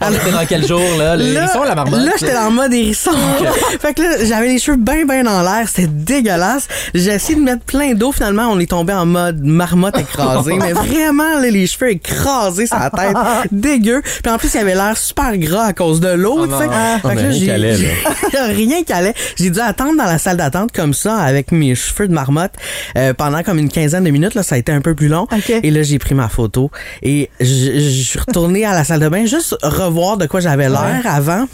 Speaker 4: On était dans quel jour, là? Les
Speaker 18: Là-
Speaker 4: ils sont la marmotte.
Speaker 18: Là, j'étais en mode hérisson.
Speaker 4: Ok.
Speaker 18: fait que là, j'avais les cheveux bien, bien dans l'air. C'était dégueulasse. J'ai essayé de mettre plein d'eau. Finalement, on est tombé en mode marmotte écrasée. mais vraiment, là, les cheveux écrasés sur la tête. Dégueu. Puis en plus, il avait l'air super gras à cause de l'eau, tu sais.
Speaker 5: Ah,
Speaker 4: ben,
Speaker 5: mais
Speaker 18: là,
Speaker 5: rien
Speaker 18: j'ai-
Speaker 5: qu'allait, là.
Speaker 18: il y a rien qui allait. J'ai dû attendre dans la salle d'attente comme ça avec mes cheveux de marmotte euh, pendant comme une quinzaine de minutes. Là, ça a été un peu plus long. Et là, j'ai pris ma photo et je je suis retournée à la salle de bain juste revoir de quoi j'avais l'air
Speaker 12: Ouais.
Speaker 18: avant.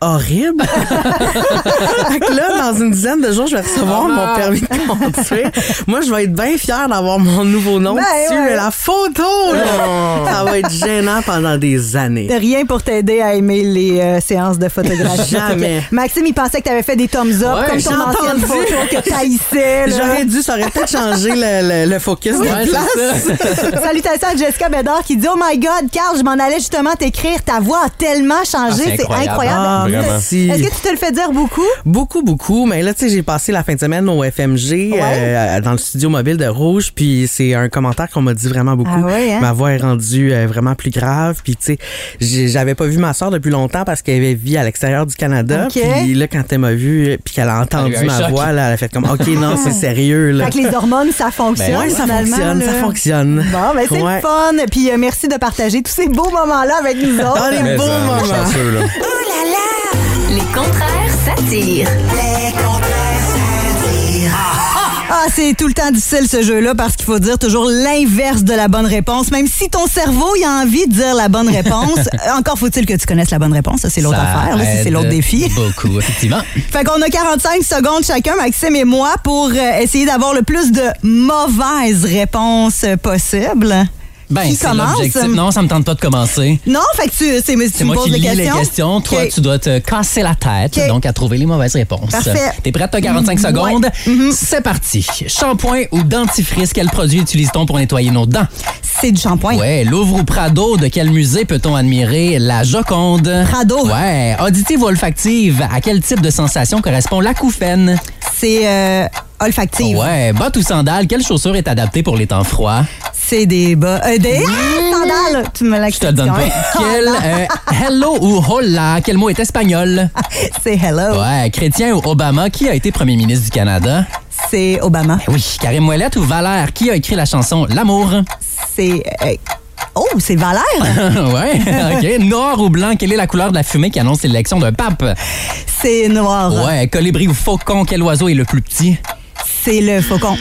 Speaker 18: Horrible. fait que là, dans une dizaine de jours, je vais recevoir
Speaker 3: Oh,
Speaker 18: mon permis de conduire. Moi, je vais être bien fière d'avoir mon nouveau nom
Speaker 3: Ben
Speaker 18: dessus,
Speaker 3: ouais. Oh.
Speaker 18: mais la photo, là, ça va être gênant pendant des années.
Speaker 3: T'as rien pour t'aider à aimer les euh, séances de photographie.
Speaker 18: Jamais.
Speaker 3: Ok. Maxime, il pensait que t'avais fait des thumbs up
Speaker 18: Ouais,
Speaker 3: comme
Speaker 18: j'ai
Speaker 3: ton ancienne
Speaker 18: entendu.
Speaker 3: photo que t'haïssais. là.
Speaker 18: J'aurais dû, ça aurait peut-être changé le, le- le focus
Speaker 3: Oui.
Speaker 18: de la place.
Speaker 3: Salutations à Jessica Bédard qui dit Oh my God, Carl, je m'en allais justement t'écrire. Ta voix a tellement changé.
Speaker 18: Ah, c'est
Speaker 3: c'est incroyable.
Speaker 18: incroyable. Ah, vraiment.
Speaker 3: Est-ce que tu te le fais dire beaucoup?
Speaker 18: Beaucoup, beaucoup. Mais là, tu sais, j'ai passé la fin de semaine au FMG euh, dans le studio mobile de Rouge, puis c'est un commentaire qu'on m'a dit vraiment beaucoup.
Speaker 3: Ah ouais, hein?
Speaker 18: Ma voix est rendue euh, vraiment plus grave, puis tu sais, j'ai- j'avais pas vu ma soeur depuis longtemps parce qu'elle avait vie à l'extérieur du Canada.
Speaker 3: Ok.
Speaker 18: Puis là, quand elle m'a vu, euh, puis qu'elle a entendu
Speaker 12: Elle a eu un
Speaker 18: ma
Speaker 12: choc.
Speaker 18: voix, là, elle a fait comme, ok, non, c'est sérieux. Là.
Speaker 3: Fait que les hormones, ça fonctionne.
Speaker 18: Ben ouais, ça
Speaker 3: finalement,
Speaker 18: fonctionne,
Speaker 3: là.
Speaker 18: ça fonctionne.
Speaker 3: Bon, ben c'est
Speaker 18: Ouais.
Speaker 3: le fun. Puis euh, merci de partager tous ces beaux moments-là avec nous autres. Oh
Speaker 18: Dans Ah, les Mais beaux ça,
Speaker 5: euh,
Speaker 18: on est moments. chanceux, là.
Speaker 1: Les contraires s'attirent. Les
Speaker 3: Ah, c'est tout le temps difficile ce jeu-là parce qu'il faut dire toujours l'inverse de la bonne réponse. Même si ton cerveau il a envie de dire la bonne réponse, euh, encore faut-il que tu connaisses la bonne réponse. Ça, c'est l'autre
Speaker 4: Ça
Speaker 3: affaire. là, ça, c'est
Speaker 4: aide
Speaker 3: l'autre défi.
Speaker 4: Beaucoup, effectivement.
Speaker 3: Fait qu'on a 45 secondes chacun, Maxime et moi, pour euh, essayer d'avoir le plus de mauvaises réponses euh, possibles.
Speaker 4: Ben,
Speaker 3: Qui
Speaker 4: c'est
Speaker 3: commence?
Speaker 4: l'objectif. Non, ça me tente pas de commencer.
Speaker 3: Non, fait que tu, c'est, mais tu
Speaker 4: C'est
Speaker 3: me
Speaker 4: moi
Speaker 3: poses
Speaker 4: qui
Speaker 3: des
Speaker 4: lis les
Speaker 3: questions.
Speaker 4: questions. Toi,
Speaker 3: Ok.
Speaker 4: tu dois te casser la tête,
Speaker 3: Ok.
Speaker 4: donc à trouver les mauvaises réponses.
Speaker 3: Parfait.
Speaker 4: T'es prête? T'as 45
Speaker 3: Ouais. Mhm.
Speaker 4: secondes. C'est parti. Shampoing ou dentifrice, quel produit utilise-t-on pour nettoyer nos dents?
Speaker 3: C'est du shampoing.
Speaker 4: Ouais. Louvre ou Prado, de quel musée peut-on admirer la Joconde?
Speaker 3: Prado.
Speaker 4: Ouais. Auditive ou olfactive, à quel type de sensation correspond l'acouphène?
Speaker 3: C'est euh, olfactive.
Speaker 4: Ouais. Bottes ou sandales, quelle chaussure est adaptée pour les temps froids?
Speaker 3: C'est des bas. euh, des ah, sandales. Tu me l'as
Speaker 4: Mmh. Je te le donne pas. Quel, euh, hello ou hola, quel mot est espagnol?
Speaker 3: C'est hello.
Speaker 4: Ouais, chrétien ou Obama, qui a été premier ministre du Canada? Eh
Speaker 3: C'est Obama.
Speaker 4: oui, Karim Ouellette ou Valère, qui a écrit la chanson L'amour?
Speaker 3: C'est. euh, oh, c'est Valère?
Speaker 4: ouais, ok. Noir ou blanc, quelle est la couleur de la fumée qui annonce l'élection d'un pape?
Speaker 3: C'est noir.
Speaker 4: Ouais, colibri ou faucon, quel oiseau est le plus petit?
Speaker 3: C'est le faucon.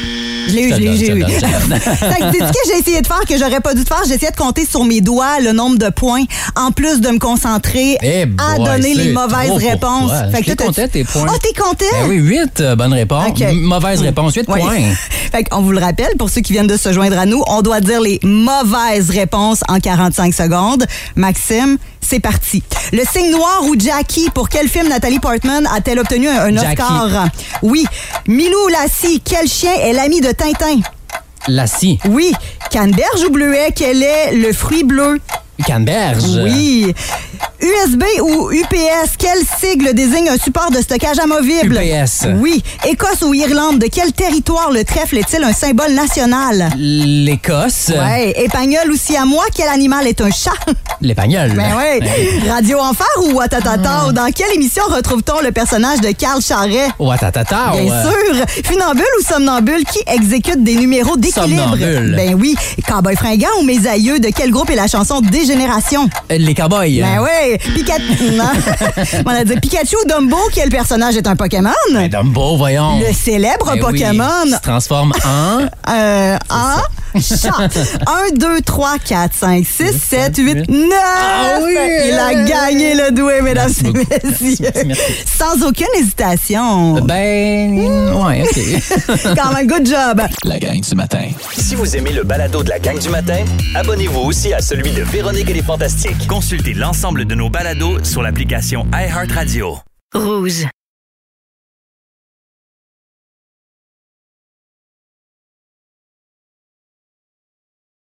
Speaker 3: Je l'ai eu,
Speaker 4: te
Speaker 3: je l'ai
Speaker 4: le
Speaker 3: eu, j'ai eu.
Speaker 4: donne, je te le donne, je te le donne.
Speaker 3: C'est ce que j'ai essayé de faire, que j'aurais pas dû de faire. J'essayais de compter sur mes doigts le nombre de points, en plus de me concentrer
Speaker 4: Eh
Speaker 3: à
Speaker 4: boy,
Speaker 3: Ah, donner
Speaker 4: c'est
Speaker 3: les mauvaises
Speaker 4: trop pour
Speaker 3: réponses.
Speaker 4: toi. Je
Speaker 3: toi,
Speaker 4: t'ai compté
Speaker 3: t'as-tu-
Speaker 4: tes points.
Speaker 3: Ah, t'es content?
Speaker 4: Ben oui, 8 bonnes réponses.
Speaker 3: OK.
Speaker 4: M- Mauvaise réponse, 8
Speaker 3: Ouais.
Speaker 4: points.
Speaker 3: Fait qu'on vous le rappelle, pour ceux qui viennent de se joindre à nous, on doit dire les mauvaises réponses en 45 secondes. Maxime, c'est parti. Le signe noir ou Jackie, pour quel film Nathalie Portman a-t-elle obtenu un, un
Speaker 4: Jackie.
Speaker 3: Oscar? Oui. Milou Lassie, quel chien est l'ami de Tintin?
Speaker 4: La scie.
Speaker 3: Oui. Canberge ou Bleuet, quel est le fruit bleu?
Speaker 4: Canberge.
Speaker 3: Oui. USB ou UPS, quel sigle désigne un support de stockage amovible?
Speaker 4: UPS.
Speaker 3: Oui. Écosse ou Irlande, de quel territoire le trèfle est-il un symbole national?
Speaker 4: L'Écosse.
Speaker 3: Ouais. Épagnol aussi à moi, quel animal est un chat?
Speaker 4: L'Épagnol.
Speaker 3: Ben oui. Radio Enfer ou Watatata? Dans quelle émission retrouve-t-on le personnage de Carl Charret?
Speaker 4: Oh, Ouatatata.
Speaker 3: Bien
Speaker 4: Ah ouais.
Speaker 3: sûr. Funambule ou somnambule, qui exécute des numéros d'équilibre?
Speaker 4: Somnambule.
Speaker 3: Ben oui. Cowboy fringant ou Mes aïeux, de quel groupe est la chanson Dégénération?
Speaker 4: Euh, Les cowboys.
Speaker 3: Ben oui. Pikachu. Non. On a dit Pikachu ou Dumbo, quel personnage est un Pokémon?
Speaker 4: Ben Dumbo, voyons.
Speaker 3: Le célèbre
Speaker 4: Ben oui,
Speaker 3: Pokémon.
Speaker 4: qui se transforme en...
Speaker 3: Euh, en chat. 1, 2, 3, 4, 5, 6, 7, 8, 9.
Speaker 4: Ah
Speaker 3: Il a gagné le doué, mesdames et messieurs. Sans aucune hésitation. Ben,
Speaker 4: Ben, ouais,
Speaker 9: OK.
Speaker 3: Quand même, good job.
Speaker 9: La gang du matin. Si vous aimez le balado de la gang du matin, abonnez-vous aussi à celui de Véronique et les Fantastiques.
Speaker 2: Consultez l'ensemble de nos balados sur l'application iHeartRadio.
Speaker 1: Rouge.